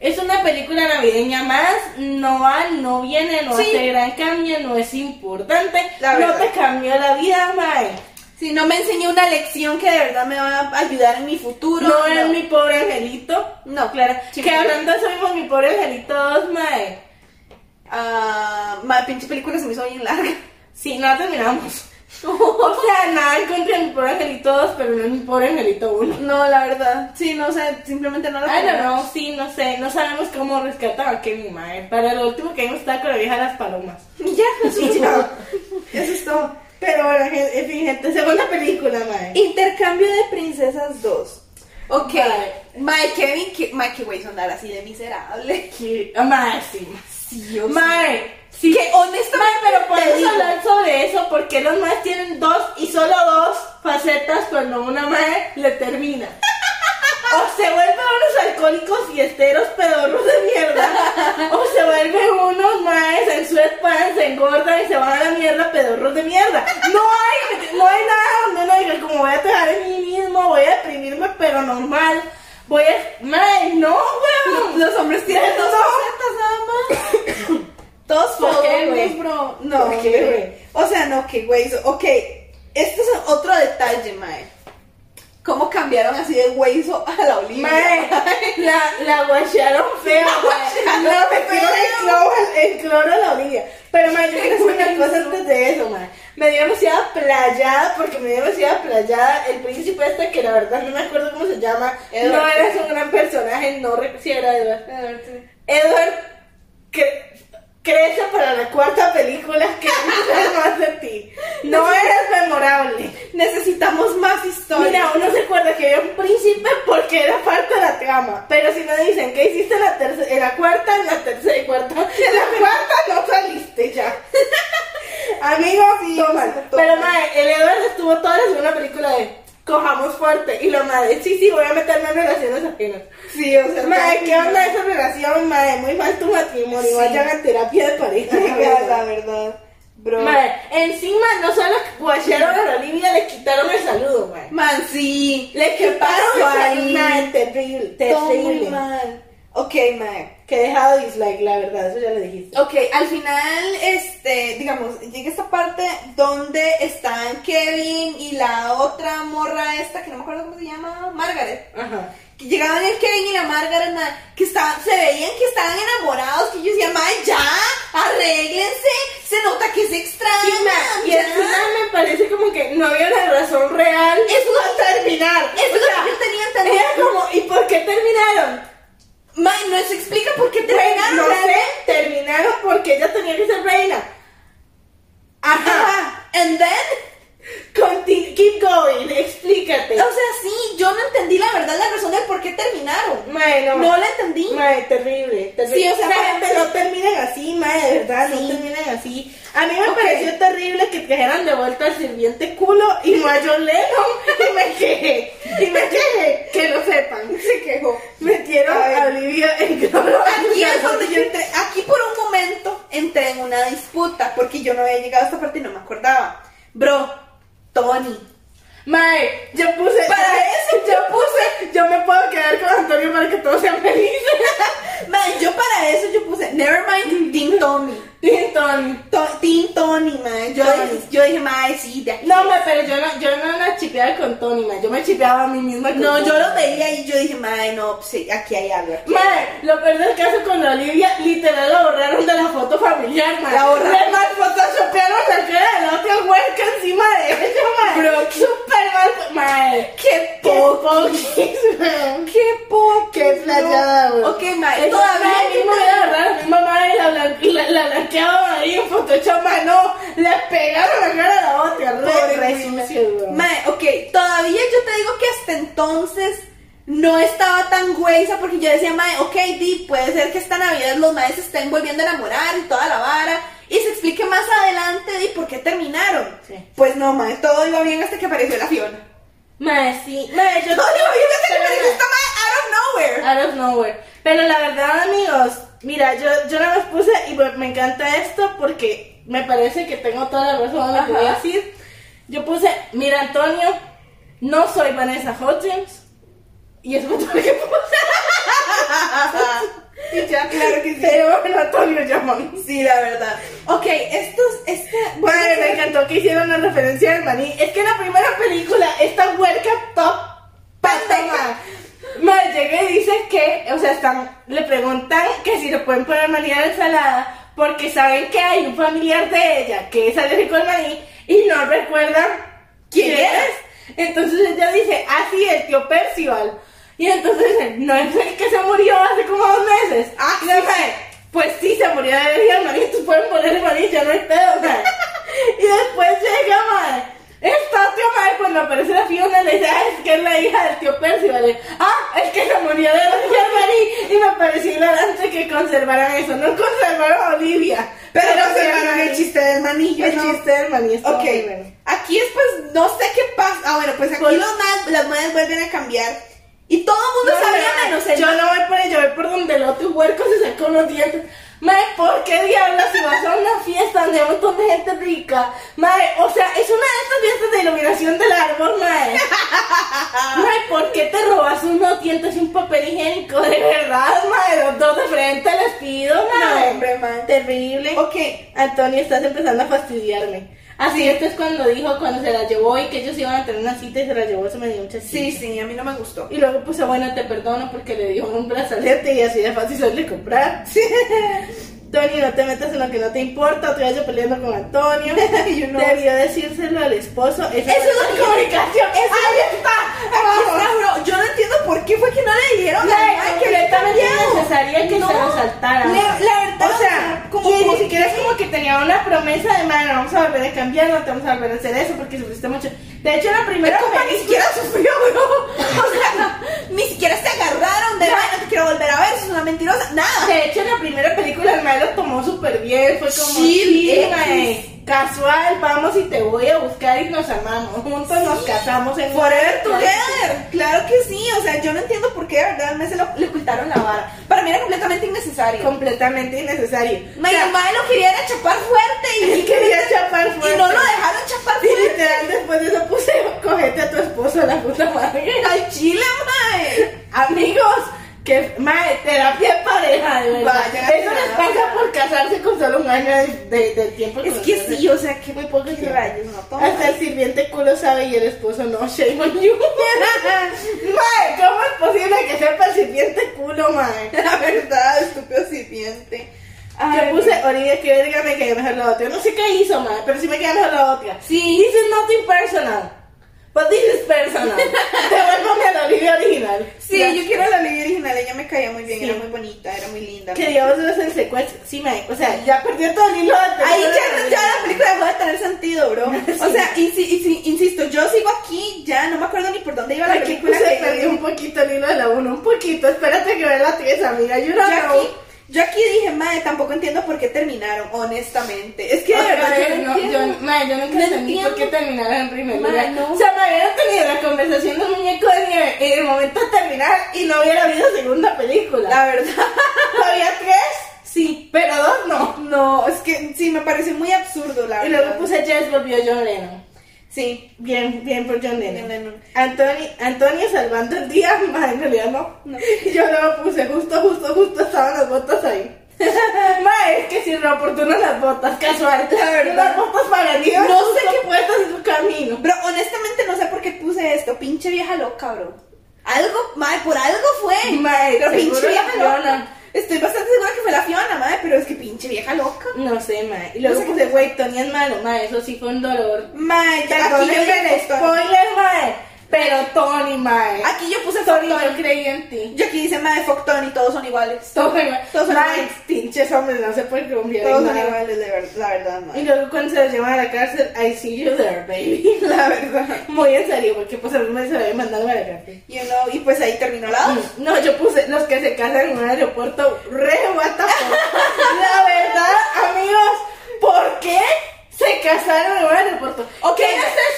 Speaker 1: Es una película navideña más, no va, no viene, no
Speaker 2: Sí.
Speaker 1: hace gran cambio, no es importante,
Speaker 2: La
Speaker 1: no
Speaker 2: verdad.
Speaker 1: te cambió la vida, mae.
Speaker 2: Si no me enseñó una lección que de verdad me va a ayudar en mi futuro.
Speaker 1: No es mi pobre angelito.
Speaker 2: No,
Speaker 1: Claro.
Speaker 2: Sí,
Speaker 1: que
Speaker 2: mi-
Speaker 1: hablando de eso mismo, mi pobre angelito 2, mae.
Speaker 2: Ah, mae, pinche película se me hizo bien larga.
Speaker 1: Sí, no la terminamos. o sea, nada en contra de mi pobre angelito 2, pero no es mi pobre angelito 1.
Speaker 2: No, la verdad. Sí, no, o sea, simplemente Ah, no la
Speaker 1: Ay, no,
Speaker 2: terminé.
Speaker 1: no, sí, no sé. No sabemos cómo rescatar a Kevin, mae. Para lo último que vimos estaba con la vieja de las palomas.
Speaker 2: Y ya, eso es todo. Eso es todo.
Speaker 1: Pero bueno, gen- en fin, gente, segunda película, mae.
Speaker 2: Intercambio de princesas 2. Ok.
Speaker 1: Vale.
Speaker 2: Mae Kevin, que, mae, que güey sonar así de miserable.
Speaker 1: Sí, ah, mae, sí.
Speaker 2: Sí, yo
Speaker 1: Mae, sí.
Speaker 2: Que honestamente
Speaker 1: Mae, pero
Speaker 2: te
Speaker 1: podemos
Speaker 2: digo.
Speaker 1: hablar sobre eso porque los maes tienen dos y solo dos facetas cuando una mae le termina. O se vuelven unos alcohólicos y esteros pedorros de mierda. O se vuelven unos maes en sweatpants, se engordan y se van a la mierda pedorros de mierda. No hay, no hay nada donde uno diga, como voy a trabajar en mí mismo, voy a deprimirme, pero normal. Voy a. Mae, no, weón.
Speaker 2: Los hombres tienen dos
Speaker 1: No.
Speaker 2: facetas nada más. Dos
Speaker 1: ¿Por qué, güey?
Speaker 2: fodongos, bro. No,
Speaker 1: ¿Por qué,
Speaker 2: güey. O sea, no, que güey. Ok, este es otro detalle, mae. ¿Cómo cambiaron así de güeyzo a la Olivia?
Speaker 1: Mae, la, la guacharon feo,
Speaker 2: guacharon
Speaker 1: mae. La metieron el cloro, el cloro a la orilla. Pero, mae, yo quiero decir una cosa antes de eso, mae. Me dio demasiada playada, porque me dio demasiada playada el príncipe este, que la verdad no me acuerdo cómo se llama.
Speaker 2: Edward.
Speaker 1: No eras un gran personaje, no re- sí era Edward. Edward cre- crece para la cuarta película que no más de ti. No eres memorable.
Speaker 2: Necesitamos más historia.
Speaker 1: Mira, uno se acuerda que era un príncipe porque era parte de la trama. Pero si no dicen que hiciste en la tercera, en la cuarta, en la tercera y cuarta, en la cuarta no saliste ya. Amigos, toman.
Speaker 2: Sí, sí, toman.
Speaker 1: Pero madre, el Edward estuvo toda la segunda película de cojamos fuerte. Y la madre, sí, sí, voy a meterme en relaciones ajenas.
Speaker 2: sí, o sea,
Speaker 1: Madre,
Speaker 2: ya-
Speaker 1: ¿qué onda esa relación? Madre, muy mal tu matrimonio.
Speaker 2: Sí.
Speaker 1: Vayan a terapia de pareja.
Speaker 2: La verdad, bro.
Speaker 1: Madre, encima no solo guacharon a la Olivia, le quitaron el saludo, madre.
Speaker 2: Man, sí.
Speaker 1: Le
Speaker 2: pasó
Speaker 1: quitaron
Speaker 2: ahí?
Speaker 1: Mae, terrible,
Speaker 2: Todo muy
Speaker 1: terrible.
Speaker 2: mal. Ok, mae.
Speaker 1: Que he dejado dislike, la verdad, eso ya lo dijiste.
Speaker 2: Ok, al final, este, digamos, llega esta parte donde están Kevin y la otra morra esta, que no me acuerdo cómo se llama, Margaret.
Speaker 1: Ajá.
Speaker 2: Que llegaban el Kevin y la Margaret, ma, que estaban, se veían que estaban enamorados, que yo decía, mae, ya, arréglense, se nota que se
Speaker 1: Y,
Speaker 2: extrañan,
Speaker 1: ma, y
Speaker 2: ya".
Speaker 1: al final me parece como que no había una razón real
Speaker 2: Eso
Speaker 1: para terminar.
Speaker 2: Eso es
Speaker 1: O
Speaker 2: lo
Speaker 1: sea,
Speaker 2: que yo tenía entendido.
Speaker 1: Era como, ¿y por qué terminaron?
Speaker 2: Mae, no se explica por qué terminaron.
Speaker 1: no
Speaker 2: la
Speaker 1: sé, terminaron porque ella tenía que ser reina. Ajá.
Speaker 2: Ajá. And then...
Speaker 1: Conti- keep going, explícate.
Speaker 2: O sea, sí, yo no entendí la verdad la razón del por qué terminaron.
Speaker 1: Bueno.
Speaker 2: No la entendí.
Speaker 1: Mae, terrible, terrible.
Speaker 2: Sí, o sea,
Speaker 1: gente,
Speaker 2: para-
Speaker 1: no terminen así, mae, de verdad,
Speaker 2: Sí.
Speaker 1: no terminen así. A mí me
Speaker 2: Ok.
Speaker 1: pareció terrible que trajeran de vuelta al sirviente culo y no a John Lennon. Y me quejé, y me quejé, que lo sepan.
Speaker 2: Se quejó.
Speaker 1: Metieron
Speaker 2: A ver.
Speaker 1: a, Olivia en cloro.
Speaker 2: Aquí es donde yo entré. Aquí por un momento entré en una disputa porque yo no había llegado a esta parte y no me acordaba. Bro, Tony.
Speaker 1: Mae, yo puse...
Speaker 2: Para eso
Speaker 1: yo puse... Yo me puedo quedar con Antonio para que todos sean felices.
Speaker 2: Man, yo para eso yo puse Nevermind, Team Tony.
Speaker 1: Tinton.
Speaker 2: To- team Tony, man. Yo
Speaker 1: Tony.
Speaker 2: dije, yo dije, mae, sí, de aquí.
Speaker 1: No, mae, pero yo no, yo no la chipeaba con Tony, mae. Yo me chipeaba a mí misma con
Speaker 2: No,
Speaker 1: Tony.
Speaker 2: yo lo veía y yo dije, mae, no, sí, aquí hay algo. aquí hay
Speaker 1: Madre, lo peor del caso con la Olivia, literal la borraron de la foto familiar, madre.
Speaker 2: La borraron.
Speaker 1: Le mal photoshopearon la cara de la otra hueca encima de ella, madre.
Speaker 2: Bro, qué-
Speaker 1: Súper mal, madre.
Speaker 2: ¡Qué
Speaker 1: Qué
Speaker 2: poco!
Speaker 1: poquis, madre.
Speaker 2: ¡Qué poco!
Speaker 1: Qué playada, güey.
Speaker 2: Ok, mae,
Speaker 1: Eso,
Speaker 2: todavía
Speaker 1: madre, mismo la borraron a mi mamá y la, blan- la, la blanquearon ahí en Photoshop, madre, no. Le pegaron la cara a la otra, re-
Speaker 2: Pobre
Speaker 1: re
Speaker 2: Wilma.
Speaker 1: sucio, güey.
Speaker 2: Mae, ok, todavía yo te digo que hasta entonces no estaba tan güeyza porque yo decía, mae, ok, di, puede ser que esta Navidad los maes se estén volviendo a enamorar y toda la vara. Y se explique más adelante, di, por qué terminaron.
Speaker 1: Sí.
Speaker 2: Pues no, mae, todo iba bien hasta que apareció la Fiona.
Speaker 1: Madre, sí. Madre, yo
Speaker 2: Todo iba bien hasta que
Speaker 1: Pero,
Speaker 2: apareció esta mae out of nowhere.
Speaker 1: Out of nowhere. Pero la verdad, amigos, mira, yo, yo no más puse y me, me encanta esto porque me parece que tengo toda la razón en lo que voy a
Speaker 2: Ajá.
Speaker 1: decir. Yo puse, mira, Antonio, no soy Vanessa Hudgens. Y eso fue todo lo que Ah, puse.
Speaker 2: ya, claro que sí.
Speaker 1: Pero bueno, Antonio llaman.
Speaker 2: Sí, la verdad. Ok, estos, este...
Speaker 1: Madre, me encantó que hicieron una referencia al maní. Es que en la primera película, esta huerca top pateca. Madre, llega y dice que, o sea, están, le preguntan que si le pueden poner maní a la ensalada porque saben que hay un familiar de ella que es alérgico al maní y no recuerdan quién,
Speaker 2: ¿Quién
Speaker 1: es. Entonces ella dice, ah, sí, el tío Percival. Y entonces dicen, no es el que se murió hace como dos meses.
Speaker 2: Ah,
Speaker 1: Y la madre, pues sí, se murió de alergia al maní, entonces pueden ponerle maní, ya no hay pedo, madre. Y después llega, madre, esta otra madre, cuando aparece la Fiona, le dice, ah, es que es la hija del tío Percy, ¿vale? Ah, es que se murió conservaron eso, no conservaron a Olivia.
Speaker 2: Pero
Speaker 1: no
Speaker 2: conservaron el chiste del maní. yo
Speaker 1: El
Speaker 2: no.
Speaker 1: chiste del maní estuvo
Speaker 2: Ok,
Speaker 1: muy bueno.
Speaker 2: aquí es pues, no sé qué pasa. Ah, bueno, pues aquí
Speaker 1: Pues-
Speaker 2: los más, las madres vuelven a cambiar. Y todo el mundo
Speaker 1: No,
Speaker 2: sabía
Speaker 1: no,
Speaker 2: menos el
Speaker 1: Yo no voy por ello, voy por donde el otro huerco se sacó los dientes. Madre, ¿por qué diablos si vas a una fiesta donde hay un montón de gente rica? Madre, o sea, es una de estas fiestas de iluminación del árbol, madre. Madre, ¿por qué te robas unos dientes y un papel higiénico? De verdad, madre, los dos de frente les pido,
Speaker 2: No,
Speaker 1: madre.
Speaker 2: hombre, madre.
Speaker 1: Terrible.
Speaker 2: Ok,
Speaker 1: Antonio, estás empezando a fastidiarme. Así, esto es cuando dijo, cuando se la llevó y que ellos iban a tener una cita y se la llevó, se me dio mucha
Speaker 2: sí, sí, a mí no me gustó.
Speaker 1: y luego puso, bueno, te perdono porque le dio un brazalete y así de fácil de comprar. Tony, no te metas en lo que no te importa, otra vez yo peleando con Antonio.
Speaker 2: Y yo no.
Speaker 1: Debió decírselo al esposo. Eso,
Speaker 2: es lo
Speaker 1: comunicación. Eso
Speaker 2: Ahí está, aquí está, bro. Yo no entiendo por qué fue que no le dijeron a
Speaker 1: Ay,
Speaker 2: Mike
Speaker 1: que
Speaker 2: el
Speaker 1: completamente
Speaker 2: cambiado.
Speaker 1: innecesaria que
Speaker 2: No,
Speaker 1: se lo saltara.
Speaker 2: la- la verdad,
Speaker 1: o sea,
Speaker 2: como-
Speaker 1: como, y
Speaker 2: como
Speaker 1: ni siquiera es como que tenía una promesa de, madre, no vamos a volver a cambiar, no te vamos a volver a hacer eso porque sufriste mucho. De hecho, la primera
Speaker 2: La compa ni
Speaker 1: película-
Speaker 2: siquiera sufrió, bro. O sea, ni siquiera se agarraron de "Ay, no te quiero volver a ver, sos una mentirosa. Nada.
Speaker 1: De hecho, en la primera película el mae lo tomó súper bien, fue como
Speaker 2: Chill,
Speaker 1: "Sí,
Speaker 2: X".
Speaker 1: mae, casual, vamos y te voy a buscar y nos amamos, juntos nos casamos en
Speaker 2: Forever Together, claro que sí, o sea, yo no entiendo por qué de verdad al mes se lo, le ocultaron la vara. Para mí era completamente innecesario.
Speaker 1: completamente innecesario.
Speaker 2: Mi
Speaker 1: O sea,
Speaker 2: mamá lo quería era chapar fuerte y,
Speaker 1: él quería chapar fuerte.
Speaker 2: y no lo dejaron chapar
Speaker 1: Y
Speaker 2: fuerte.
Speaker 1: literal después de eso puse cogete a tu esposo la puta madre.
Speaker 2: Al chile, mae.
Speaker 1: Amigos, que madre, terapia de pareja, de verdad.
Speaker 2: Vaya,
Speaker 1: Eso les
Speaker 2: terapia.
Speaker 1: pasa por casarse con solo un año de, de- de tiempo.
Speaker 2: Es que sí, o sea, que muy poco
Speaker 1: Sí.
Speaker 2: rayos, no toma.
Speaker 1: Hasta el sirviente culo sabe y el esposo no, shame on you. Mae, ¿cómo es posible que sepa el sirviente culo, mae?
Speaker 2: La verdad, estúpido sirviente.
Speaker 1: Yo
Speaker 2: Ay,
Speaker 1: puse, Olivia, que verga, me quedé mejor la otra. No sé qué hizo, mae, pero sí me quedé mejor la otra.
Speaker 2: Sí.
Speaker 1: This is nothing personal, but this is personal. Devuélvame a la Olivia original.
Speaker 2: Sí,
Speaker 1: Ya.
Speaker 2: yo quiero la ley original, ella me caía muy bien,
Speaker 1: Sí.
Speaker 2: era muy bonita, era muy linda.
Speaker 1: Que digamos es el secuestro. Sí, mae, o sea, ya perdió todo el hilo de
Speaker 2: Ahí ya, ya la película dejó de tener sentido, bro. O sea, insi- insi- insisto, yo sigo aquí, ya no me acuerdo ni por dónde iba la
Speaker 1: Aquí
Speaker 2: película.
Speaker 1: puse,
Speaker 2: que-
Speaker 1: perdí un poquito el hilo de la 1, un poquito. Espérate que vea la 3, amiga. Yo
Speaker 2: yo,
Speaker 1: no
Speaker 2: aquí,
Speaker 1: know.
Speaker 2: yo aquí dije, madre, tampoco entiendo por qué terminaron, honestamente. Es que de
Speaker 1: Otra
Speaker 2: verdad
Speaker 1: vez,
Speaker 2: yo no
Speaker 1: no, yo,
Speaker 2: entiendo.
Speaker 1: mae, yo nunca
Speaker 2: No
Speaker 1: entendí
Speaker 2: entiendo.
Speaker 1: por qué terminaron en primer
Speaker 2: Mae,
Speaker 1: lugar.
Speaker 2: no.
Speaker 1: O sea, me hubieran tenido la conversación de un muñeco de nieve en el momento de terminar y no hubiera habido segunda película.
Speaker 2: La verdad,
Speaker 1: Había tres,
Speaker 2: sí.
Speaker 1: pero dos no.
Speaker 2: No, es que sí, me parece muy absurdo, la
Speaker 1: Y
Speaker 2: verdad.
Speaker 1: luego puse Jess volvió John Lennon.
Speaker 2: Sí.
Speaker 1: Bien, bien por John Lennon.
Speaker 2: John Lennon.
Speaker 1: Anthony, Antonio salvando el día, mae, en realidad no.
Speaker 2: No.
Speaker 1: Yo luego puse justo, justo, justo estaban las botas ahí. Mae, es que si lo oportuno las botas, casual.
Speaker 2: La verdad.
Speaker 1: Las botas para mí,
Speaker 2: No sé
Speaker 1: qué puertas en su camino.
Speaker 2: Pero honestamente no sé por qué puse esto, pinche vieja loca, bro. Algo, madre, por algo fue.
Speaker 1: Mae,
Speaker 2: pero
Speaker 1: seguro
Speaker 2: pinche
Speaker 1: la
Speaker 2: vieja
Speaker 1: Fiona.
Speaker 2: loca. Estoy bastante segura que fue la Fiona, madre, pero es que pinche vieja loca.
Speaker 1: No sé, mae. Y
Speaker 2: No
Speaker 1: luego
Speaker 2: sé qué
Speaker 1: puse,
Speaker 2: te-
Speaker 1: güey, Tony es malo, mae. Eso sí fue un dolor.
Speaker 2: Mae, ya aquí yo,
Speaker 1: Perdónenme el
Speaker 2: puse Tony.
Speaker 1: spoiler, mae. Pero Tony, mae.
Speaker 2: aquí yo puse
Speaker 1: Tony,
Speaker 2: Tony.
Speaker 1: yo creí en ti.
Speaker 2: Yo aquí dice, madre, fuck Tony, todos son iguales.
Speaker 1: Tony, mae.
Speaker 2: Todos son
Speaker 1: Mae,
Speaker 2: iguales.
Speaker 1: pinches hombres, no se pueden confiar
Speaker 2: Todos
Speaker 1: en
Speaker 2: son
Speaker 1: nada.
Speaker 2: iguales, de ver- la verdad,
Speaker 1: Y
Speaker 2: madre.
Speaker 1: luego cuando se lo llevan a la cárcel, I see you there, baby.
Speaker 2: La verdad.
Speaker 1: Muy en serio, porque pues a mí me se había mandado a la cárcel.
Speaker 2: You know, y pues ahí terminó la dos.
Speaker 1: No, yo puse los que se casan en un aeropuerto re what the fuck. La verdad, amigos, ¿por qué se casaron en un aeropuerto?
Speaker 2: Ok.
Speaker 1: ¿Qué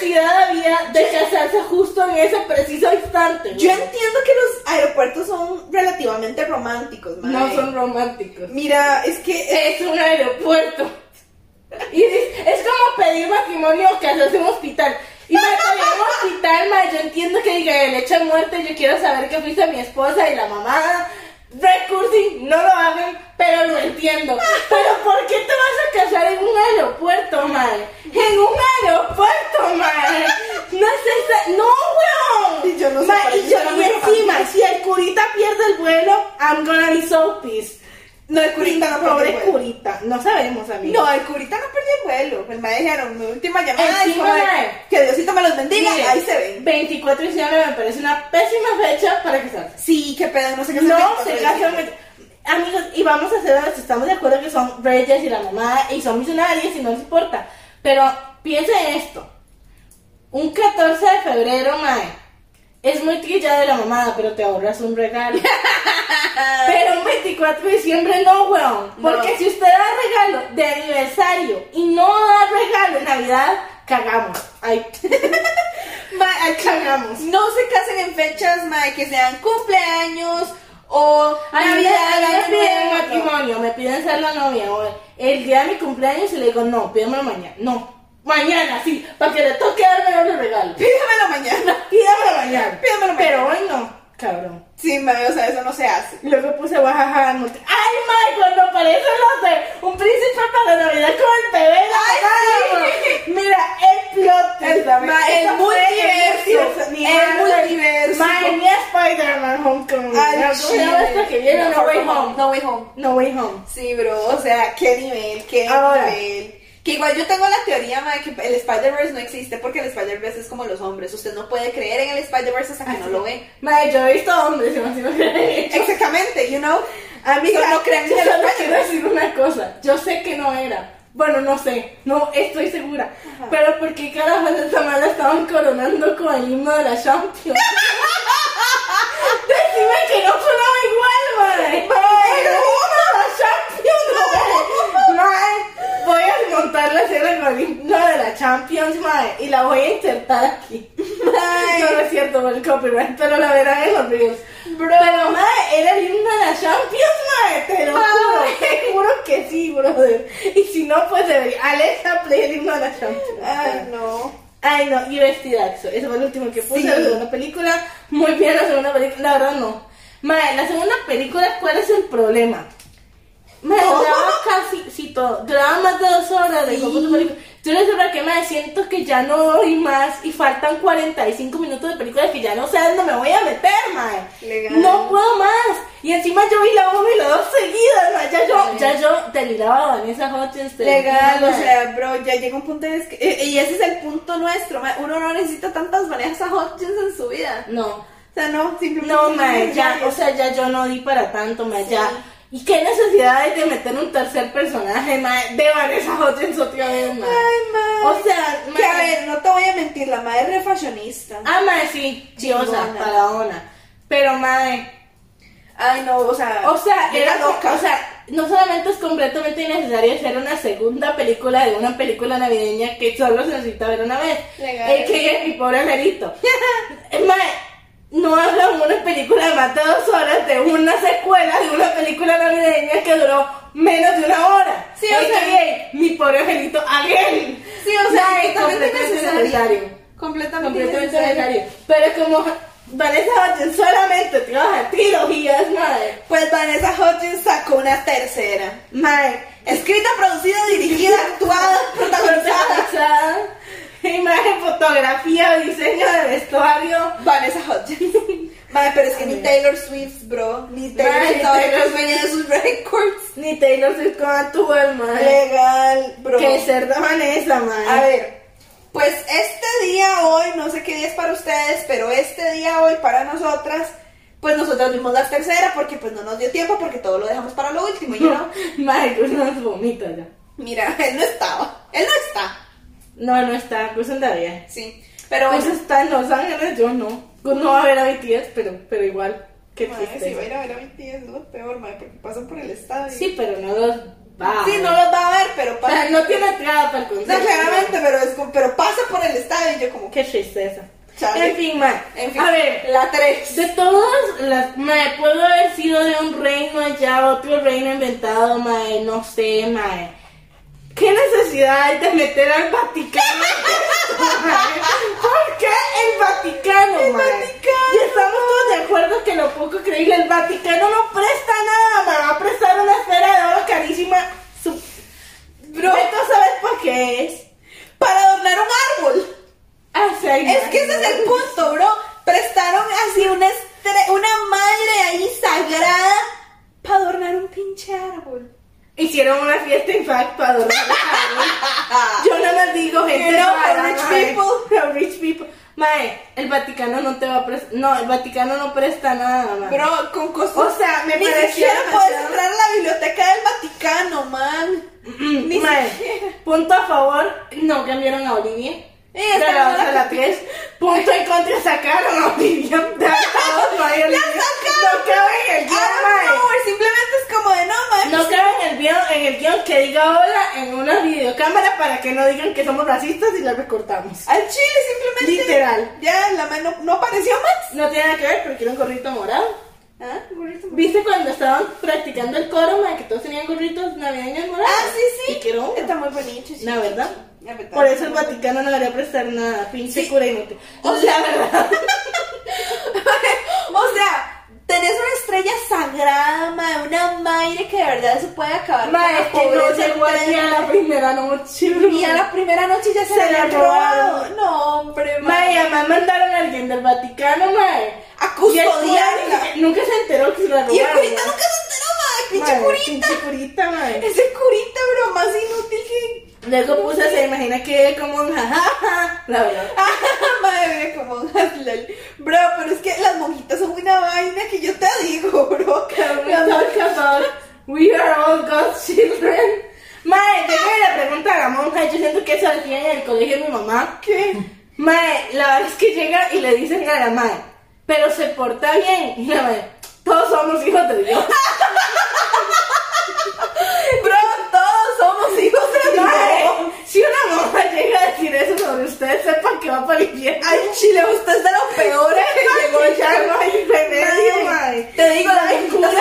Speaker 1: necesidad había de casarse justo en ese preciso instante?
Speaker 2: Yo entiendo que los aeropuertos son relativamente románticos, madre.
Speaker 1: no son románticos.
Speaker 2: Mira, es que
Speaker 1: Es un aeropuerto. Y es, es como pedir matrimonio o casarse en un hospital. Y me pedí un hospital, ma, yo entiendo que diga el hecho de muerte, yo quiero saber que fuiste mi esposa y la mamá. Recursing, no lo hagan, pero lo entiendo. Pero ¿por qué te vas a casar en un aeropuerto, madre? En un aeropuerto, madre. No es esa. ¡No, weón!
Speaker 2: Y yo no sé
Speaker 1: Ma,
Speaker 2: para
Speaker 1: y
Speaker 2: qué
Speaker 1: yo-
Speaker 2: será
Speaker 1: y
Speaker 2: muy
Speaker 1: encima, si el curita pierde el vuelo, I'm gonna be so pissed.
Speaker 2: no, el curita no perdió
Speaker 1: Pobre
Speaker 2: el vuelo.
Speaker 1: curita, no sabemos, amigo.
Speaker 2: No, el curita no perdió el vuelo. El mae dijeron, mi última
Speaker 1: Encima,
Speaker 2: llamada es como de-
Speaker 1: mae.
Speaker 2: que Diosito me los bendiga.
Speaker 1: Mire,
Speaker 2: Ahí se ven.
Speaker 1: 24 de diciembre me parece una pésima fecha para casarse.
Speaker 2: Sí, qué pedo, no sé qué
Speaker 1: No se casan. Amigos, y vamos a hacer algo, si estamos de acuerdo que son reyes y la mamá y son millonarios y no les importa. Pero piensa en esto. Un 14 de febrero, mae. Es muy trillada de la mamada, pero te ahorras un regalo. pero un 24 24 de diciembre no, weón. Porque
Speaker 2: No.
Speaker 1: si usted da regalo de aniversario y no da regalo en Navidad, cagamos. Ay. Ma- ay, cagamos.
Speaker 2: No se casen en fechas, mae, que sean cumpleaños o
Speaker 1: A mí me-
Speaker 2: Navidad,
Speaker 1: a mí me piden
Speaker 2: Año Nuevo.
Speaker 1: matrimonio, me piden ser la novia, weón. El día de mi cumpleaños y le digo, no, pídemelo mañana. No, mañana, sí, para que le toque darme otro regalo.
Speaker 2: Pídamelo mañana.
Speaker 1: Pídemelo mañana.
Speaker 2: Pídemelo mañana.
Speaker 1: Pero hoy no, cabrón.
Speaker 2: Sí, mae, o sea, eso no se hace.
Speaker 1: Y luego puse guajaja no te- ¡Ay, Mike! Cuando aparecen los de un príncipe para Navidad con el bebé. la
Speaker 2: ¡Ay,
Speaker 1: cara, güey. Mira, el plot twist, ¿sabes?
Speaker 2: ma, el
Speaker 1: Eso fue
Speaker 2: multiverso,
Speaker 1: ni
Speaker 2: el
Speaker 1: madre.
Speaker 2: multiverso.
Speaker 1: Ma, ni Spider-Man Homecoming.
Speaker 2: Ay,
Speaker 1: ¿no? ¿Cómo se llama esto que viene? No Way Home.
Speaker 2: No Way Home.
Speaker 1: No Way Home.
Speaker 2: Sí, bro, o sea, qué nivel, qué
Speaker 1: Ahora.
Speaker 2: nivel. Que igual yo tengo la teoría, mae, que el Spider-Verse no existe porque el Spider-Verse es como los hombres. Usted no puede creer en el Spider-Verse hasta que no lo ve.
Speaker 1: Ma, yo he visto hombres, se me hace que-
Speaker 2: Exactamente, you know. Amiga,
Speaker 1: Mira,
Speaker 2: no creen en
Speaker 1: yo
Speaker 2: el
Speaker 1: solo quiero
Speaker 2: Spider-Verse.
Speaker 1: decir una cosa. Yo sé que no era. Bueno, no sé. No estoy segura. Pero ¿por qué carajos esta mala estaban coronando con el himno de la Champions? Decime que no sonaba igual, madre.
Speaker 2: Madre.
Speaker 1: ¡Era uno de la Champions, madre. Madre, Voy a desmontar la escena con el himno de la Champions, madre. Y la voy a insertar aquí.
Speaker 2: Madre.
Speaker 1: No, no es cierto, por el copyright, pero la verán en los reels.
Speaker 2: Bro.
Speaker 1: Pero, madre, era el himno de la Champions, madre, te lo juro,
Speaker 2: Madre.
Speaker 1: te juro que sí, brother. Y si no, pues debería. Alexa, play el himno de la Champions.
Speaker 2: Ay, no.
Speaker 1: Ay, no, y vestidazo. Eso fue el último que puse,
Speaker 2: Sí.
Speaker 1: la segunda película. Muy bien, la segunda película. La verdad, no. Madre, la segunda película, ¿cuál es el problema? Me
Speaker 2: Todo.
Speaker 1: duraba casi, sí, todo. Duraba más de dos horas. de
Speaker 2: Sí.
Speaker 1: puta película. Yo no sé por qué, madre, siento que ya no doy más y faltan 45 minutos de películas que ya no sé a dónde me voy a meter, madre.
Speaker 2: Legal.
Speaker 1: No puedo más. Y encima yo vi la 1 y la 2 seguidas, madre. Ya yo, ya yo deliraba a Vanessa Hudgens.
Speaker 2: Legal,
Speaker 1: deliraba,
Speaker 2: o
Speaker 1: madre.
Speaker 2: sea, bro, ya llega un punto en es que- eh, y ese es el punto nuestro, ma, uno no necesita tantas manejas a Hodgins en su vida.
Speaker 1: No.
Speaker 2: O sea, no, simplemente
Speaker 1: No, mae, ya, o sea, ya yo no di para tanto, mae, ya. ¿Y qué necesidad hay de meter un tercer personaje, mae, de Vanessa Hudgens otra vez, mae?
Speaker 2: Ay, mae.
Speaker 1: O sea, mae.
Speaker 2: que a ver, no te voy a mentir, la madre es refashionista.
Speaker 1: Ah, mae, sí, chiosa,
Speaker 2: Chingona.
Speaker 1: faraona. Pero, mae,
Speaker 2: Ay, no, o sea,
Speaker 1: o sea,
Speaker 2: llega
Speaker 1: era loca, o sea, no solamente es completamente innecesario hacer una segunda película de una película navideña que solo se necesita ver una vez.
Speaker 2: Legal.
Speaker 1: El que es mi pobre angelito. Eh, Mae, no hablan una película de más de dos horas de una secuela de una película navideña que duró menos de una hora.
Speaker 2: Sí, o sea-
Speaker 1: AKA, mi pobre angelito, again.
Speaker 2: sí, o sea,
Speaker 1: Mae,
Speaker 2: es totalmente
Speaker 1: completamente
Speaker 2: innecesario.
Speaker 1: innecesario.
Speaker 2: Completamente
Speaker 1: Completamente
Speaker 2: innecesario.
Speaker 1: necesario. Pero como Vanessa Hudgens solamente trabaja trilogías, madre.
Speaker 2: Pues Vanessa Hodgins sacó una tercera.
Speaker 1: Mae,
Speaker 2: Escrita, producida, dirigida, actuada, protagonizada.
Speaker 1: Protagonizada. Imagen, fotografía, diseño de vestuario.
Speaker 2: Vanessa Hudgens. Madre, pero es que ni Taylor Swift, bro, ni Taylor
Speaker 1: Madre,
Speaker 2: Swift sabe que
Speaker 1: Taylor
Speaker 2: es dueña de sus récords.
Speaker 1: Ni Taylor Swift con Antuber, madre.
Speaker 2: Legal, bro.
Speaker 1: Que cerda Vanessa, madre.
Speaker 2: A ver, pues este día hoy, no sé qué día es para ustedes, pero este día hoy para nosotras, pues nosotras vimos la tercera porque pues no nos dio tiempo porque todo lo dejamos para lo último, you know.
Speaker 1: Madre, Cruz nos vomita ya.
Speaker 2: Mira, él no estaba, él no está,
Speaker 1: No, no está. Cruz andaría.
Speaker 2: sí, pero
Speaker 1: Cruz está en Los Ángeles, yo no. Cruz no va a ver a BTS, pero, pero igual. Qué
Speaker 2: Madre, si va a
Speaker 1: tristeza.
Speaker 2: ir a ver a BTS es lo peor, madre, porque pasan por el estadio.
Speaker 1: Sí, pero no los va. a
Speaker 2: Sí,
Speaker 1: ver.
Speaker 2: no los va a ver, pero
Speaker 1: O sea,
Speaker 2: pasa.
Speaker 1: no tiene entrada para el
Speaker 2: O
Speaker 1: concierto.
Speaker 2: sea, claramente, pero, es como- pero pasa por el estadio y yo como que...
Speaker 1: Qué tristeza.
Speaker 2: Chale.
Speaker 1: En fin, madre.
Speaker 2: En fin,
Speaker 1: A ver,
Speaker 2: la 3.
Speaker 1: De Este, todas las, mae, puedo haber sido de un reino allá, otro reino inventado, mae, no sé, mae. ¿Qué necesidad hay de meter al Vaticano? mae? ¿Por qué el Vaticano,
Speaker 2: El
Speaker 1: mae?
Speaker 2: Vaticano.
Speaker 1: Y estamos todos de acuerdo que lo poco creíble, el Vaticano no presta nada, mae, va a prestar una esfera de oro carísima. Su... Bro, ¿tú sabes por qué es?
Speaker 2: Para adornar un árbol.
Speaker 1: Ah, sí, ay,
Speaker 2: Es
Speaker 1: mae,
Speaker 2: que ese es el
Speaker 1: no.
Speaker 2: punto, bro. Prestaron así una, estre- una madre ahí sagrada para adornar un pinche árbol.
Speaker 1: Hicieron una fiesta, en fact, para dormir. Yo nada más digo, gente.
Speaker 2: You know, for
Speaker 1: rara,
Speaker 2: rich
Speaker 1: mae.
Speaker 2: people.
Speaker 1: For rich people. Mae, el Vaticano no te va a prestar. No, el Vaticano no presta nada, mae.
Speaker 2: Bro, con cosas.
Speaker 1: O sea, me
Speaker 2: Ni
Speaker 1: pareció
Speaker 2: siquiera puedes
Speaker 1: demasiado-
Speaker 2: entrar a la biblioteca del Vaticano, man.
Speaker 1: Mm,
Speaker 2: ni
Speaker 1: mae,
Speaker 2: siquiera.
Speaker 1: punto a favor, no cambiaron a Olivia.
Speaker 2: Eh, está
Speaker 1: Pero,
Speaker 2: hablando
Speaker 1: o sea,
Speaker 2: la-
Speaker 1: la tres. punto y contra sacaron a Vivian de altavoz, mae, el- No cabe en el guión,
Speaker 2: Adam
Speaker 1: mae.
Speaker 2: Flower, simplemente es como de no, mae.
Speaker 1: Ah, No cabe en el, guión, en el guión que diga hola en una videocámara para que no digan que somos racistas y la recortamos.
Speaker 2: Al chile simplemente.
Speaker 1: Literal.
Speaker 2: Ya la mano no apareció más.
Speaker 1: No tiene nada que ver, pero quiero un gorrito morado.
Speaker 2: Ah, bonito.
Speaker 1: ¿Viste cuando estaban practicando el coro, mae, que todos tenían gorritos navideños morados?
Speaker 2: Ah, sí, sí.
Speaker 1: Y quiero uno.
Speaker 2: Está muy bonito, sí.
Speaker 1: La verdad.
Speaker 2: La verdad.
Speaker 1: Por eso el Vaticano no debería prestar nada, pinche
Speaker 2: Sí.
Speaker 1: cura inútil.
Speaker 2: O sea, o sea, tenés una estrella sagrada, mae, una madre que de verdad se puede acabar.
Speaker 1: Mae,
Speaker 2: con
Speaker 1: que no
Speaker 2: la pobreza
Speaker 1: llegó allí a la primera noche, bro.
Speaker 2: Y a la primera noche ya se,
Speaker 1: Se
Speaker 2: la
Speaker 1: la
Speaker 2: habían robado. No, hombre, mae.
Speaker 1: Mae, además mandaron a alguien del Vaticano, mae.
Speaker 2: A
Speaker 1: Y el cura
Speaker 2: custodiarla.
Speaker 1: ni- nunca se enteró que se la robaron.
Speaker 2: Y el
Speaker 1: mae.
Speaker 2: curita nunca se enteró, mae, pinche
Speaker 1: Mae,
Speaker 2: curita.
Speaker 1: pinche curita, mae.
Speaker 2: Ese curita, bro, más inútil que.
Speaker 1: Luego puse, se imagina que como un jajaja. La verdad.
Speaker 2: Madre mía, como Haslal. Bro, pero es que las monjitas son una vaina que yo te digo, bro. Las mon-
Speaker 1: Talk about we are all God's children. Mae, tengo la pregunta a la monja. Yo siento que eso decía en el colegio de mi mamá.
Speaker 2: ¿Qué?
Speaker 1: Mae, la verdad es que llega y le dicen a la mae, pero se porta bien. Y la mae, todos somos hijos de Dios.
Speaker 2: Ah, Bro, todos somos hijos de Dios.
Speaker 1: Mae, si una monja llega a decir eso sobre ustedes, sepan que va para el infierno.
Speaker 2: Ay, chile, usted es de lo peor que llegó ya,
Speaker 1: no hay remedio, mae.
Speaker 2: Te digo, las
Speaker 1: Mae,
Speaker 2: monjitas,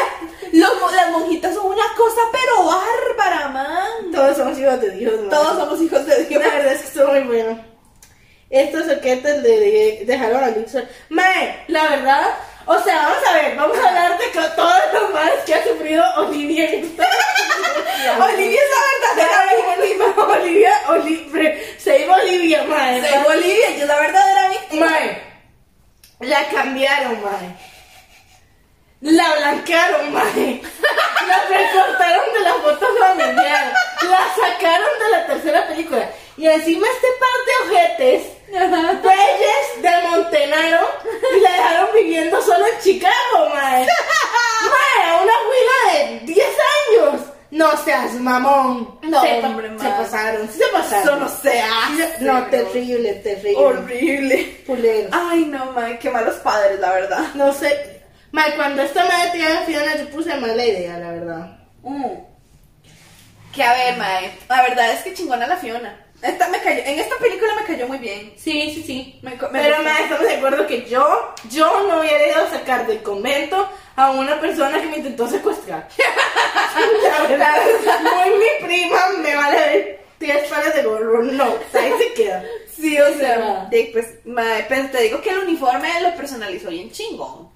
Speaker 2: los mo- las monjitas son una cosa, pero bárbara, man.
Speaker 1: Todos somos hijos de Dios, mae.
Speaker 2: Todos somos hijos de
Speaker 1: La
Speaker 2: Dios.
Speaker 1: verdad es que estuvo muy bueno. Estos soquetes de, de, dejaron a Nixon. Mae, la verdad. O sea, vamos a ver, vamos a hablar de co- todos los males que ha sufrido Olivia en esta
Speaker 2: Olivia es la verdadera víctima.
Speaker 1: Olivia, Olivia, se iba Olivia, mae.
Speaker 2: Soy Bolivia, yo la verdadera víctima.
Speaker 1: Mae, la cambiaron, mae. La blanquearon, mae. La recortaron de la foto familiar. La sacaron de la tercera película. Y encima este par de ojetes, Reyes de Montenaro, la dejaron viviendo solo en Chicago, mae. Mae, a una huila de 10 años. No seas mamón.
Speaker 2: No,
Speaker 1: se, pa-
Speaker 2: hombre,
Speaker 1: se
Speaker 2: mae.
Speaker 1: pasaron, sí se pasaron.
Speaker 2: Eso no se hace.
Speaker 1: No,
Speaker 2: bro.
Speaker 1: terrible, terrible.
Speaker 2: Horrible.
Speaker 1: Pulero.
Speaker 2: Ay, no, man, qué malos padres, la verdad.
Speaker 1: No sé. Mae, cuando esta madre tenía Fiona, yo puse mala idea, la verdad.
Speaker 2: Mm. Que a ver, mae. La verdad es que chingona la Fiona. Esta me cayó, en esta película me cayó muy bien.
Speaker 1: Sí, sí, sí.
Speaker 2: Me co- me
Speaker 1: Pero,
Speaker 2: gustó.
Speaker 1: mae, estamos de acuerdo que yo, yo no hubiera ido a sacar del convento a una persona que me intentó secuestrar. la verdad, muy mi prima me vale ver 10 pares de gorro. No, ahí se queda.
Speaker 2: Sí, o sea,
Speaker 1: Nada.
Speaker 2: de- pues, mae, pero te digo que el uniforme lo personalizó bien chingón.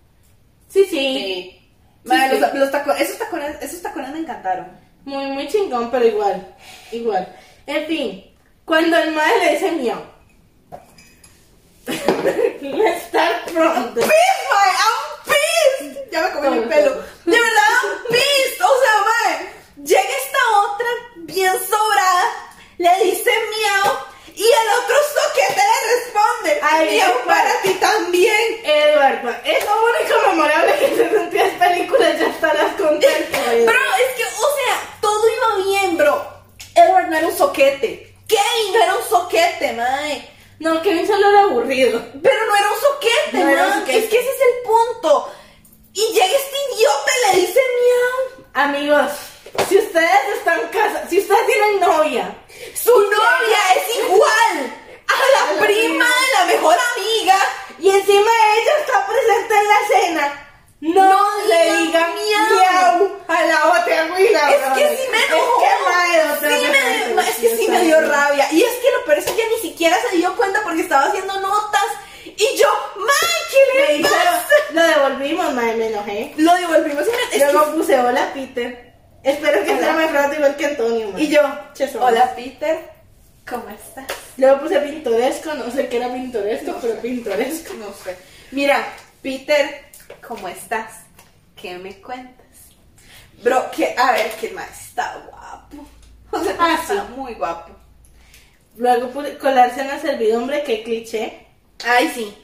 Speaker 1: Sí, sí.
Speaker 2: Mae,
Speaker 1: Sí,
Speaker 2: los,
Speaker 1: sí.
Speaker 2: los taco- esos tacones, esos tacones me encantaron.
Speaker 1: Muy, muy chingón, pero igual. Igual. En fin, cuando el madre le dice miau. Let's start from the-
Speaker 2: pissed, mae. I'm pissed. Ya me comí mi pelo. De verdad, I'm pissed. O sea, mae, llega esta otra bien sobrada, le dice miau y el otro soquete le responde,
Speaker 1: Ay,
Speaker 2: miau
Speaker 1: Dios,
Speaker 2: para ti también.
Speaker 1: Eduardo, es lo único memorable que se sentía en películas, ya estarás contento. Eduardo.
Speaker 2: Bro, es que, o sea, todo iba bien, bro. Edward no era un soquete. Kevin no era un soquete, mae.
Speaker 1: No, Kevin solo era aburrido.
Speaker 2: Pero no era un soquete,
Speaker 1: No era un
Speaker 2: mae.
Speaker 1: soquete.
Speaker 2: Es que ese es el punto. Y llega este idiota y le dice miau.
Speaker 1: Amigos, si ustedes están casados, si ustedes tienen novia,
Speaker 2: Su novia es igual a la prima de la mejor amiga.
Speaker 1: y encima ella está presente en la cena, no,
Speaker 2: No
Speaker 1: le
Speaker 2: digan
Speaker 1: digan
Speaker 2: miau.
Speaker 1: miau a la otra güila.
Speaker 2: Es
Speaker 1: bro.
Speaker 2: que sí me
Speaker 1: Es
Speaker 2: enojó.
Speaker 1: que, mae,
Speaker 2: Sí
Speaker 1: otra vez,
Speaker 2: me- es que sí me dio rabia. Y es que lo peor es que ella ni siquiera se dio cuenta porque estaba haciendo notas. Y yo, ¡Mike,
Speaker 1: Me
Speaker 2: ¿qué le
Speaker 1: dijeron,
Speaker 2: pasa?
Speaker 1: lo devolvimos, mae, me enojé.
Speaker 2: Lo devolvimos y me- es
Speaker 1: Yo
Speaker 2: que-
Speaker 1: no puse hola, Peter. Espero que
Speaker 2: Hola.
Speaker 1: sea más rato igual que Antonio, mae.
Speaker 2: Y yo,
Speaker 1: Che, somos.
Speaker 2: hola Peter, ¿cómo estás?
Speaker 1: Luego puse pintoresco, no sé qué era pintoresco, pero pintoresco.
Speaker 2: No sé. Mira, Peter, ¿cómo estás? ¿Qué me cuentas? Bro, que, a ver, que más está guapo. O sea,
Speaker 1: Ah,
Speaker 2: está
Speaker 1: sí.
Speaker 2: muy guapo.
Speaker 1: Luego puse colarse en la servidumbre, qué cliché.
Speaker 2: Ay, sí.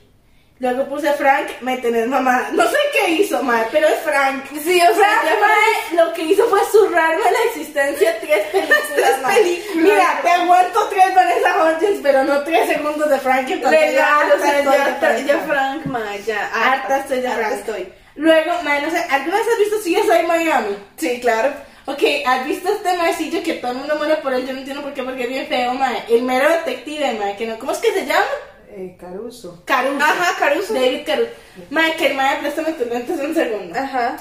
Speaker 1: Luego puse Frank, me tenés mamá. No sé qué hizo, mae, pero es Frank.
Speaker 2: Sí, o sea,
Speaker 1: Frank, mae, lo que hizo fue zurrarme la existencia tres películas.
Speaker 2: Tres
Speaker 1: mae.
Speaker 2: películas.
Speaker 1: Mira, te aguanto tres Vanessa Hudgens, pero no tres segundos de Frankie. porque ya
Speaker 2: Legal, o sea,
Speaker 1: harta
Speaker 2: ya,
Speaker 1: estoy de
Speaker 2: ta- ya
Speaker 1: Frankie.
Speaker 2: Frank, ma, ya.
Speaker 1: Harta estoy de
Speaker 2: harta
Speaker 1: Frankie.
Speaker 2: estoy.
Speaker 1: Luego, mae, no sé, ¿alguna vez has visto Si yo soy Miami?
Speaker 2: Sí, claro.
Speaker 1: Ok, ¿has visto este maecillo que todo el mundo muere por él? Yo no entiendo por qué, porque es bien feo, mae. El mero detective, mae, que no, ¿cómo es que se llama?
Speaker 3: Eh, Caruso.
Speaker 1: Caruso.
Speaker 2: Ajá, Caruso.
Speaker 1: David Caruso. Mae, que el mae, préstame tus lentes un segundo.
Speaker 2: Ajá.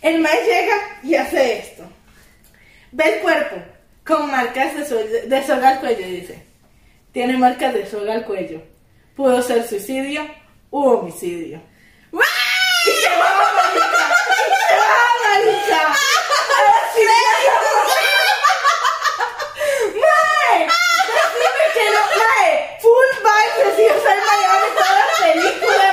Speaker 1: El mae llega y hace esto. Ve el cuerpo con marcas de, sol- de soga al cuello, dice. Tiene marcas de soga al cuello. Pudo ser suicidio u homicidio. Y se va, marica. Y se va, marica. Así me- Mae, decime que no, mae. Full vibes de Ciencia Miami, toda la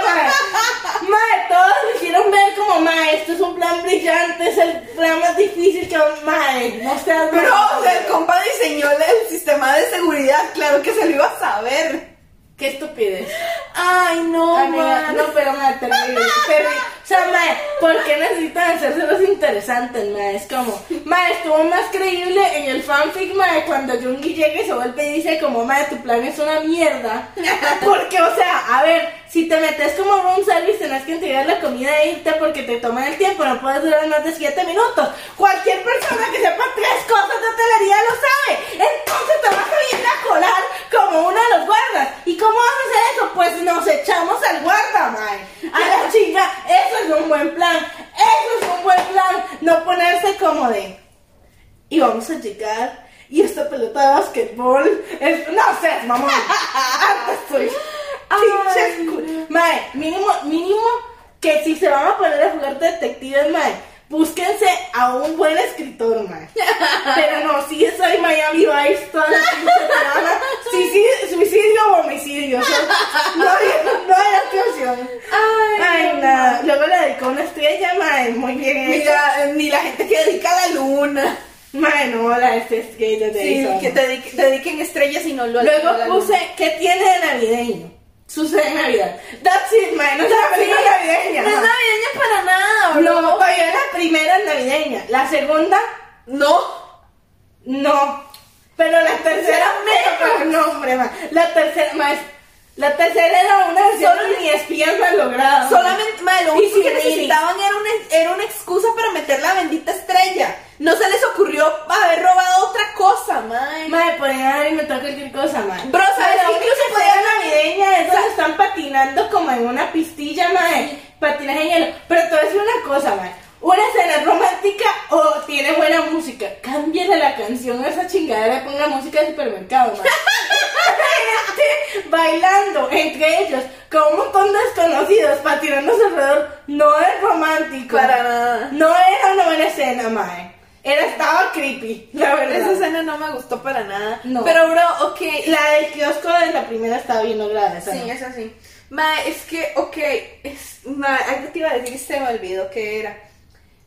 Speaker 1: película, mae. Mae, todos me hicieron ver como, mae, esto es un plan brillante, es el plan más difícil que, mae, no seas
Speaker 2: Pero,
Speaker 1: loco.
Speaker 2: o sea, el compa diseñó el sistema de seguridad, claro que se lo iba a saber.
Speaker 1: Qué estupidez.
Speaker 2: Ay, no,
Speaker 1: Amiga,
Speaker 2: man.
Speaker 1: no, pero mae, terrible, terrible. O sea, mae, ¿por qué necesitan hacerse los interesantes, mae? Es como, mae, estuvo más creíble en el fanfic, mae, cuando Jungi llega y se vuelve y dice como, mae, tu plan es una mierda. Porque, o sea, a ver, si te metes como room service, tenés que entregar la comida e irte porque te toman el tiempo, no puedes durar más de 7 minutos. Cualquier persona que sepa tres cosas de hotelería lo sabe. Entonces te vas a ir a colar como uno de los guardas. ¿Y cómo vas a hacer eso? Pues nos echamos al guarda, mae. A la chinga, eso es un buen plan. Eso es un buen plan. No ponerse como de. Y vamos a llegar. Y esta pelota de basquetbol es. No seas mamón. Harta estoy. Pinches cu- Mae, mínimo, mínimo que si se van a poner a jugar de detectives, mae, búsquense a un buen escritor, mae. Pero no, si es soy Miami Vice toda la pinche semana. Sí, sí, suicidio o homicidio. o sea, no, hay- no hay otra opción.
Speaker 2: Ay,
Speaker 1: Ay,
Speaker 2: no,
Speaker 1: nada. Luego le dedicó una estrella, mae, muy bien hecho.
Speaker 2: Mira, eh, ni la gente que dedica a la luna.
Speaker 1: Mae, no, la este estrella de
Speaker 2: Sí,
Speaker 1: Arizona.
Speaker 2: que te dedique- dediquen estrellas y no lo a la
Speaker 1: Luego
Speaker 2: luna.
Speaker 1: puse, ¿qué tiene de navideño? Sucede en Navidad. That's it, mae, no es una película navideña.
Speaker 2: No es navideña para nada, bro.
Speaker 1: No, todavía la primera es navideña. La segunda,
Speaker 2: No.
Speaker 1: no. Pero la tercera, pero no, hombre, ma. La tercera, más. La tercera era una de solo ni espías mal logrado.
Speaker 2: Solamente, madre, lo
Speaker 1: Y
Speaker 2: único que
Speaker 1: sin Rini.
Speaker 2: necesitaban era una, era una excusa para meter la bendita estrella. No se les ocurrió haber robado otra cosa, madre.
Speaker 1: Madre, por ahí nadie me toca cualquier cosa, madre.
Speaker 2: Bro, ¿sabes
Speaker 1: La
Speaker 2: qué?
Speaker 1: única
Speaker 2: Incluso
Speaker 1: que
Speaker 2: podía-
Speaker 1: sea navideña es donde están patinando como en una pistilla, madre. Patinaje en hielo. Pero te voy a decir una cosa, madre. Una escena romántica o tiene buena música. Cámbiale la canción a esa chingadera con la música de supermercado, madre. Gente Bailando entre ellos con un montón de desconocidos patinándose alrededor no es romántico.
Speaker 2: Para nada.
Speaker 1: No era una buena escena, mae. Era estaba creepy, la verdad.
Speaker 2: Esa escena no me gustó para nada.
Speaker 1: No.
Speaker 2: Pero, bro, ok.
Speaker 1: La del kiosco de la primera estaba bien lograda, esa
Speaker 2: Sí,
Speaker 1: no.
Speaker 2: es así. Ma, es que, ok, es, ma, algo te iba a decir y se me olvidó que era.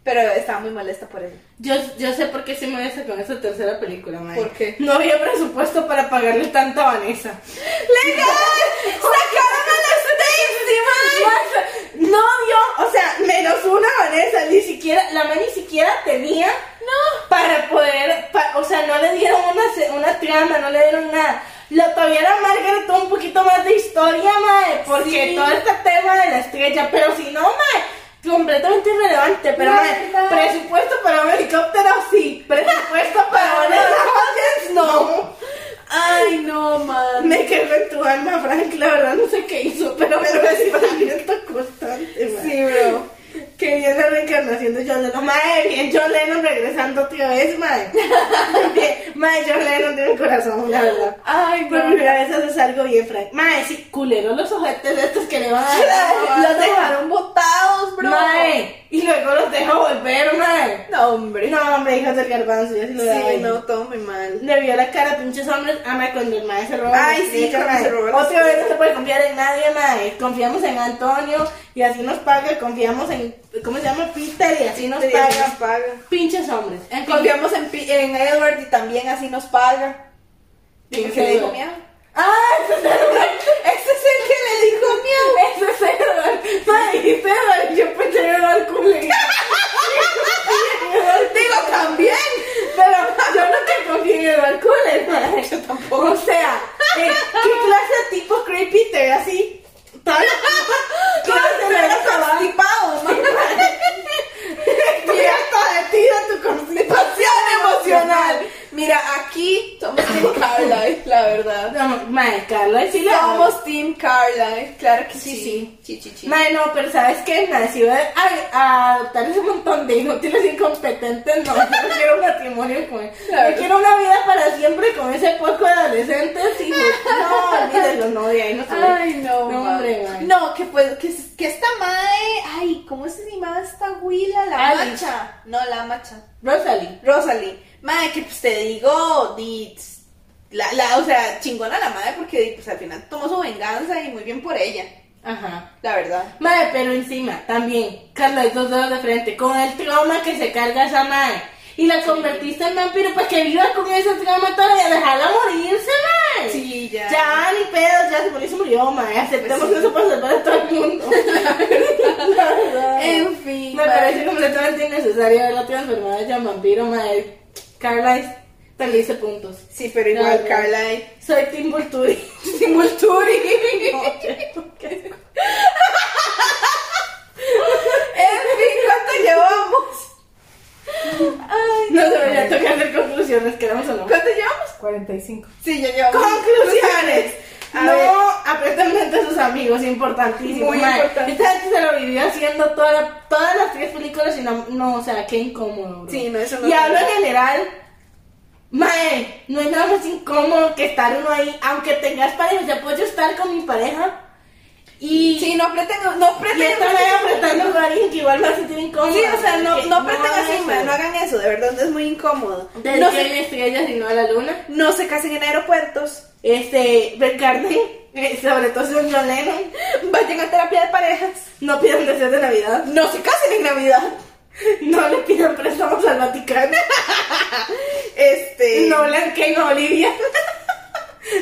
Speaker 2: Pero estaba muy molesta por eso.
Speaker 1: Yo, yo sé por qué se me con esa tercera película, mae.
Speaker 2: ¿Por qué?
Speaker 1: No había presupuesto para pagarle tanto a Vanessa.
Speaker 2: ¡Legal! ¡Sacaron a la Stacy,
Speaker 1: Mae, No dio, o sea, menos una Vanessa, ni siquiera, la mae ni siquiera tenía
Speaker 2: No.
Speaker 1: para poder, pa- o sea, no le dieron una, se- una trama, no le dieron nada. La todavía la Margaret tuvo un poquito más de historia, mae, porque
Speaker 2: Sí.
Speaker 1: todo este tema de la estrella, pero si no, mae, completamente irrelevante, pero
Speaker 2: La
Speaker 1: mae,
Speaker 2: verdad.
Speaker 1: presupuesto para un helicóptero, sí, presupuesto para una Hodges, no.
Speaker 2: Ay, no, man.
Speaker 1: Me quedo en tu alma, Frank, la verdad no sé qué hizo, pero me lo constante, mae.
Speaker 2: Sí, bro.
Speaker 1: Que bien la reencarnación de John Lennon. Mae, bien John Lennon regresando otra vez, mae. Bien, mae, John Lennon tiene corazón, la verdad.
Speaker 2: Ay,
Speaker 1: Por
Speaker 2: bro.
Speaker 1: primera vez haces algo bien, Frank. Mae, sí, culero los ojetes estos que le van a dar.
Speaker 2: Los
Speaker 1: Los dejaron,
Speaker 2: dejaron botados, bro.
Speaker 1: mae. Y luego los deja volver, mae.
Speaker 2: No, hombre.
Speaker 1: No, hombre, hijos del garbanzo, yo sí lo daba
Speaker 2: Sí,
Speaker 1: ahí.
Speaker 2: no, todo muy mal.
Speaker 1: Le vio la cara a pinches hombres, ama cuando el mae se roba.
Speaker 2: Ay,
Speaker 1: las
Speaker 2: sí,
Speaker 1: estrellas,
Speaker 2: cuando
Speaker 1: mae.
Speaker 2: se roba las
Speaker 1: Otra vez no
Speaker 2: estrellas.
Speaker 1: se puede confiar en nadie, mae. Confiamos en Antonio y así nos paga. Confiamos en, ¿cómo se llama? Peter y así nos
Speaker 2: Te dieron
Speaker 1: paga.
Speaker 2: una paga.
Speaker 1: Pinches hombres. En
Speaker 2: Confiamos en, Pi- en Edward y también así nos paga.
Speaker 1: ¿Quién
Speaker 2: ¿Qué
Speaker 1: se
Speaker 2: dijo
Speaker 1: dio?
Speaker 2: miau?
Speaker 1: ¡Ah! Ese es Edward.
Speaker 2: Ese es el que le dijo miau.
Speaker 1: Ese es Edward. Mae, dijiste Edward. Yo pensé en Edward Cullen.
Speaker 2: Digo también.
Speaker 1: Pero yo no te confié en Edward Cullen, mae.
Speaker 2: Yo tampoco.
Speaker 1: O sea, eh, ¿qué de tipo creepy te ve así. Toda la
Speaker 2: Con los
Speaker 1: cerebro
Speaker 2: cerebros constipados, man.
Speaker 1: Mira, toda tira tu constipación emocional.
Speaker 2: emocional. Mira, aquí somos Team Carlisle, la verdad.
Speaker 1: No, Mae, Carla, sí la amo.
Speaker 2: Somos Team Carlisle, claro que sí.
Speaker 1: Sí, sí.
Speaker 2: sí, sí, sí.
Speaker 1: Mae, no, pero ¿sabes qué? Mae, si voy a, a adoptar ese montón de inútiles incompetentes, no, yo no quiero un matrimonio con él.
Speaker 2: Claro.
Speaker 1: Yo quiero una vida para siempre con ese poco de adolescentes y no, olvídelo, no, de ahí no se ve.
Speaker 2: Ay, no,
Speaker 1: No,
Speaker 2: mae.
Speaker 1: hombre, mae.
Speaker 2: No, que pues, que, que esta mae, ay, ¿cómo se llamaba esta huila? La
Speaker 1: Alice.
Speaker 2: macha. No, la macha.
Speaker 1: Rosalie.
Speaker 2: Rosalie. Mae, que pues te digo, di, la, la, o sea, chingona la madre porque di, pues al final tomó su venganza y muy bien por ella,
Speaker 1: Ajá.
Speaker 2: la verdad.
Speaker 1: Mae, pero encima, también, Carla, hay dos dedos de frente, con el trauma que se carga esa mae. Y la convertiste en vampiro para que viva con ese trauma todavía, dejarla morirse, mae.
Speaker 2: Sí, ya.
Speaker 1: Ya, ni pedos, ya se murió, se murió, mae. Aceptemos
Speaker 2: Pues sí.
Speaker 1: eso para salvar a todo el mundo. La verdad.
Speaker 2: En fin.
Speaker 1: Me
Speaker 2: mae.
Speaker 1: parece completamente innecesario verla transformada ya en vampiro, mae. Carla es también hice puntos.
Speaker 2: Sí, pero
Speaker 1: La
Speaker 2: igual,
Speaker 1: verdad.
Speaker 2: Carlisle.
Speaker 1: Soy Tim Vulturi. Tim Vulturi.
Speaker 2: En fin, ¿cuánto llevamos?
Speaker 1: No se debería tocar hacer conclusiones, quedamos o no.
Speaker 2: ¿Cuánto llevamos?
Speaker 3: 45.
Speaker 2: Sí, ya llevamos.
Speaker 1: Conclusiones.
Speaker 2: A ver.
Speaker 1: no apretan mente a sus amigos, importantísimo.
Speaker 2: Muy
Speaker 1: mae.
Speaker 2: importante.
Speaker 1: Esta gente se lo vivió haciendo toda la- todas las tres películas y no, no, o sea, qué incómodo. bro.
Speaker 2: Sí, no, eso no
Speaker 1: Y
Speaker 2: es
Speaker 1: hablo en
Speaker 2: verdad.
Speaker 1: general. Mae, no es nada más incómodo que estar uno ahí, aunque tengas pareja, yo puedo estar con mi pareja. Y,
Speaker 2: Sí, no pretendo, no
Speaker 1: y
Speaker 2: pretendo.
Speaker 1: esta mae apretando a alguien que igual me hace sentir incómodo.
Speaker 2: Sí, o sea, no, Eh, no
Speaker 1: pretendo
Speaker 2: pretendan así, mae, no hagan eso, de verdad, es muy incómodo. No se,
Speaker 1: estrellas y no a la luna.
Speaker 2: no se casen en aeropuertos,
Speaker 1: Este, Bergarden, sobre todo son John Lennon.
Speaker 2: vayan a terapia de parejas,
Speaker 1: No pidan deseos de Navidad.
Speaker 2: no se casen en Navidad,
Speaker 1: No le pidan préstamos al Vaticano.
Speaker 2: este...
Speaker 1: No blanqueen a Olivia.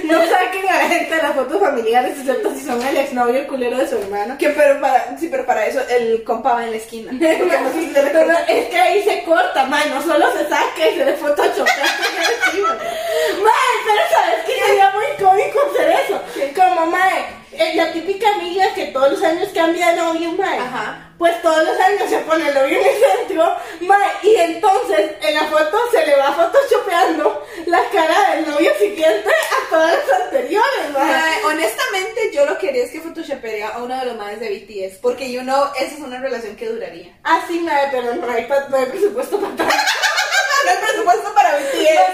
Speaker 1: No saquen a la gente de las fotos familiares, excepto si son el exnovio culero de su hermano.
Speaker 2: Que pero para, sí, pero para eso el compa va en la esquina.
Speaker 1: No, no, es que ahí se corta, man. No solo se saca y se le photoshopea. qué chivo. Man, pero sabes que sería muy cómico hacer eso. Como, man, es la típica amiga que todos los años cambia de novio, man.
Speaker 2: Ajá.
Speaker 1: Pues todos los años se pone el novio en el centro, man. Y entonces en la foto se le va photoshopeando la cara del novio siguiente a todas las anteriores, man.
Speaker 2: Mae, honestamente, yo lo que haría es que photoshopearía a uno de los madres de BTS, porque yo no, esa es una relación que duraría.
Speaker 1: Así, man, Ah, pero no hay, pa- no hay presupuesto para tanto.
Speaker 2: No hay presupuesto para BTS.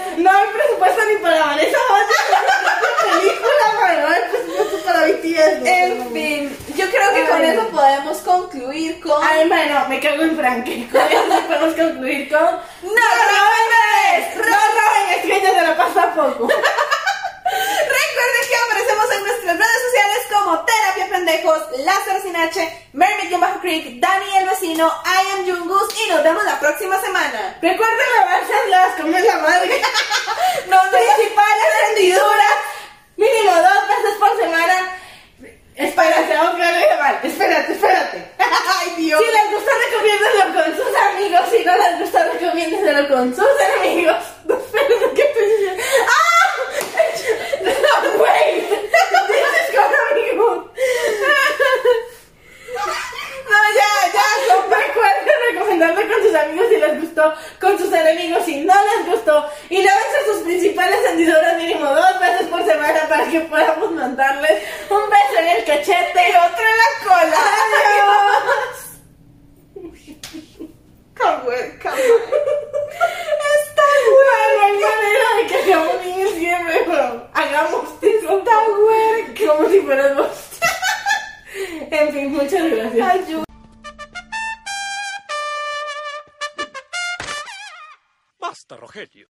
Speaker 1: Pues, No hay presupuesto ni para Vanessa Hudgens, ni para la película, madre, no hay presupuesto para BTS. no, no,
Speaker 2: En
Speaker 1: no.
Speaker 2: fin, yo creo que con
Speaker 1: Ay.
Speaker 2: eso podemos concluir con...
Speaker 1: Ay, bueno, me cago en Frankie. Con eso sí podemos concluir con...
Speaker 2: ¡No roben bebés!
Speaker 1: No roben estrellas de la pasta poco.
Speaker 2: Recuerden que aparecemos en nuestras redes sociales como Terapia Pendejos, Lázaro Sinache, Mermaid Bajo Creek, Dani el Vecino, I am Jungus y nos vemos la próxima semana.
Speaker 1: Recuerden lavarse las como es la madre.
Speaker 2: Nos vemos
Speaker 1: Principales rendiduras. Mínimo dos veces por semana. Espérate, aunque no dije mal. Espérate, espérate.
Speaker 2: Ay, Dios.
Speaker 1: Si les gusta, recomiéndenselo con sus amigos. Si no les gusta, recomiéndenselo con sus enemigos. No espero que tú dices. ¡Ah! No, wait. Dices con amigos.
Speaker 2: No, ya, ya.
Speaker 1: Recuerden recomendarlo con sus amigos si les gustó, con sus enemigos si no les gustó. Y lávense sus principales hendiduras mínimo dos veces por semana para que podamos mandarles un beso en el cachete y otro en la cola. ¡Adiós!
Speaker 2: Come on, come on.
Speaker 1: Está güera, hay manera de que hagamos niños siempre, pero hagamos eso. Está güera, como si fuéramos. En fin, muchas gracias.
Speaker 2: Ay, yo-
Speaker 4: Basta, Rogelio.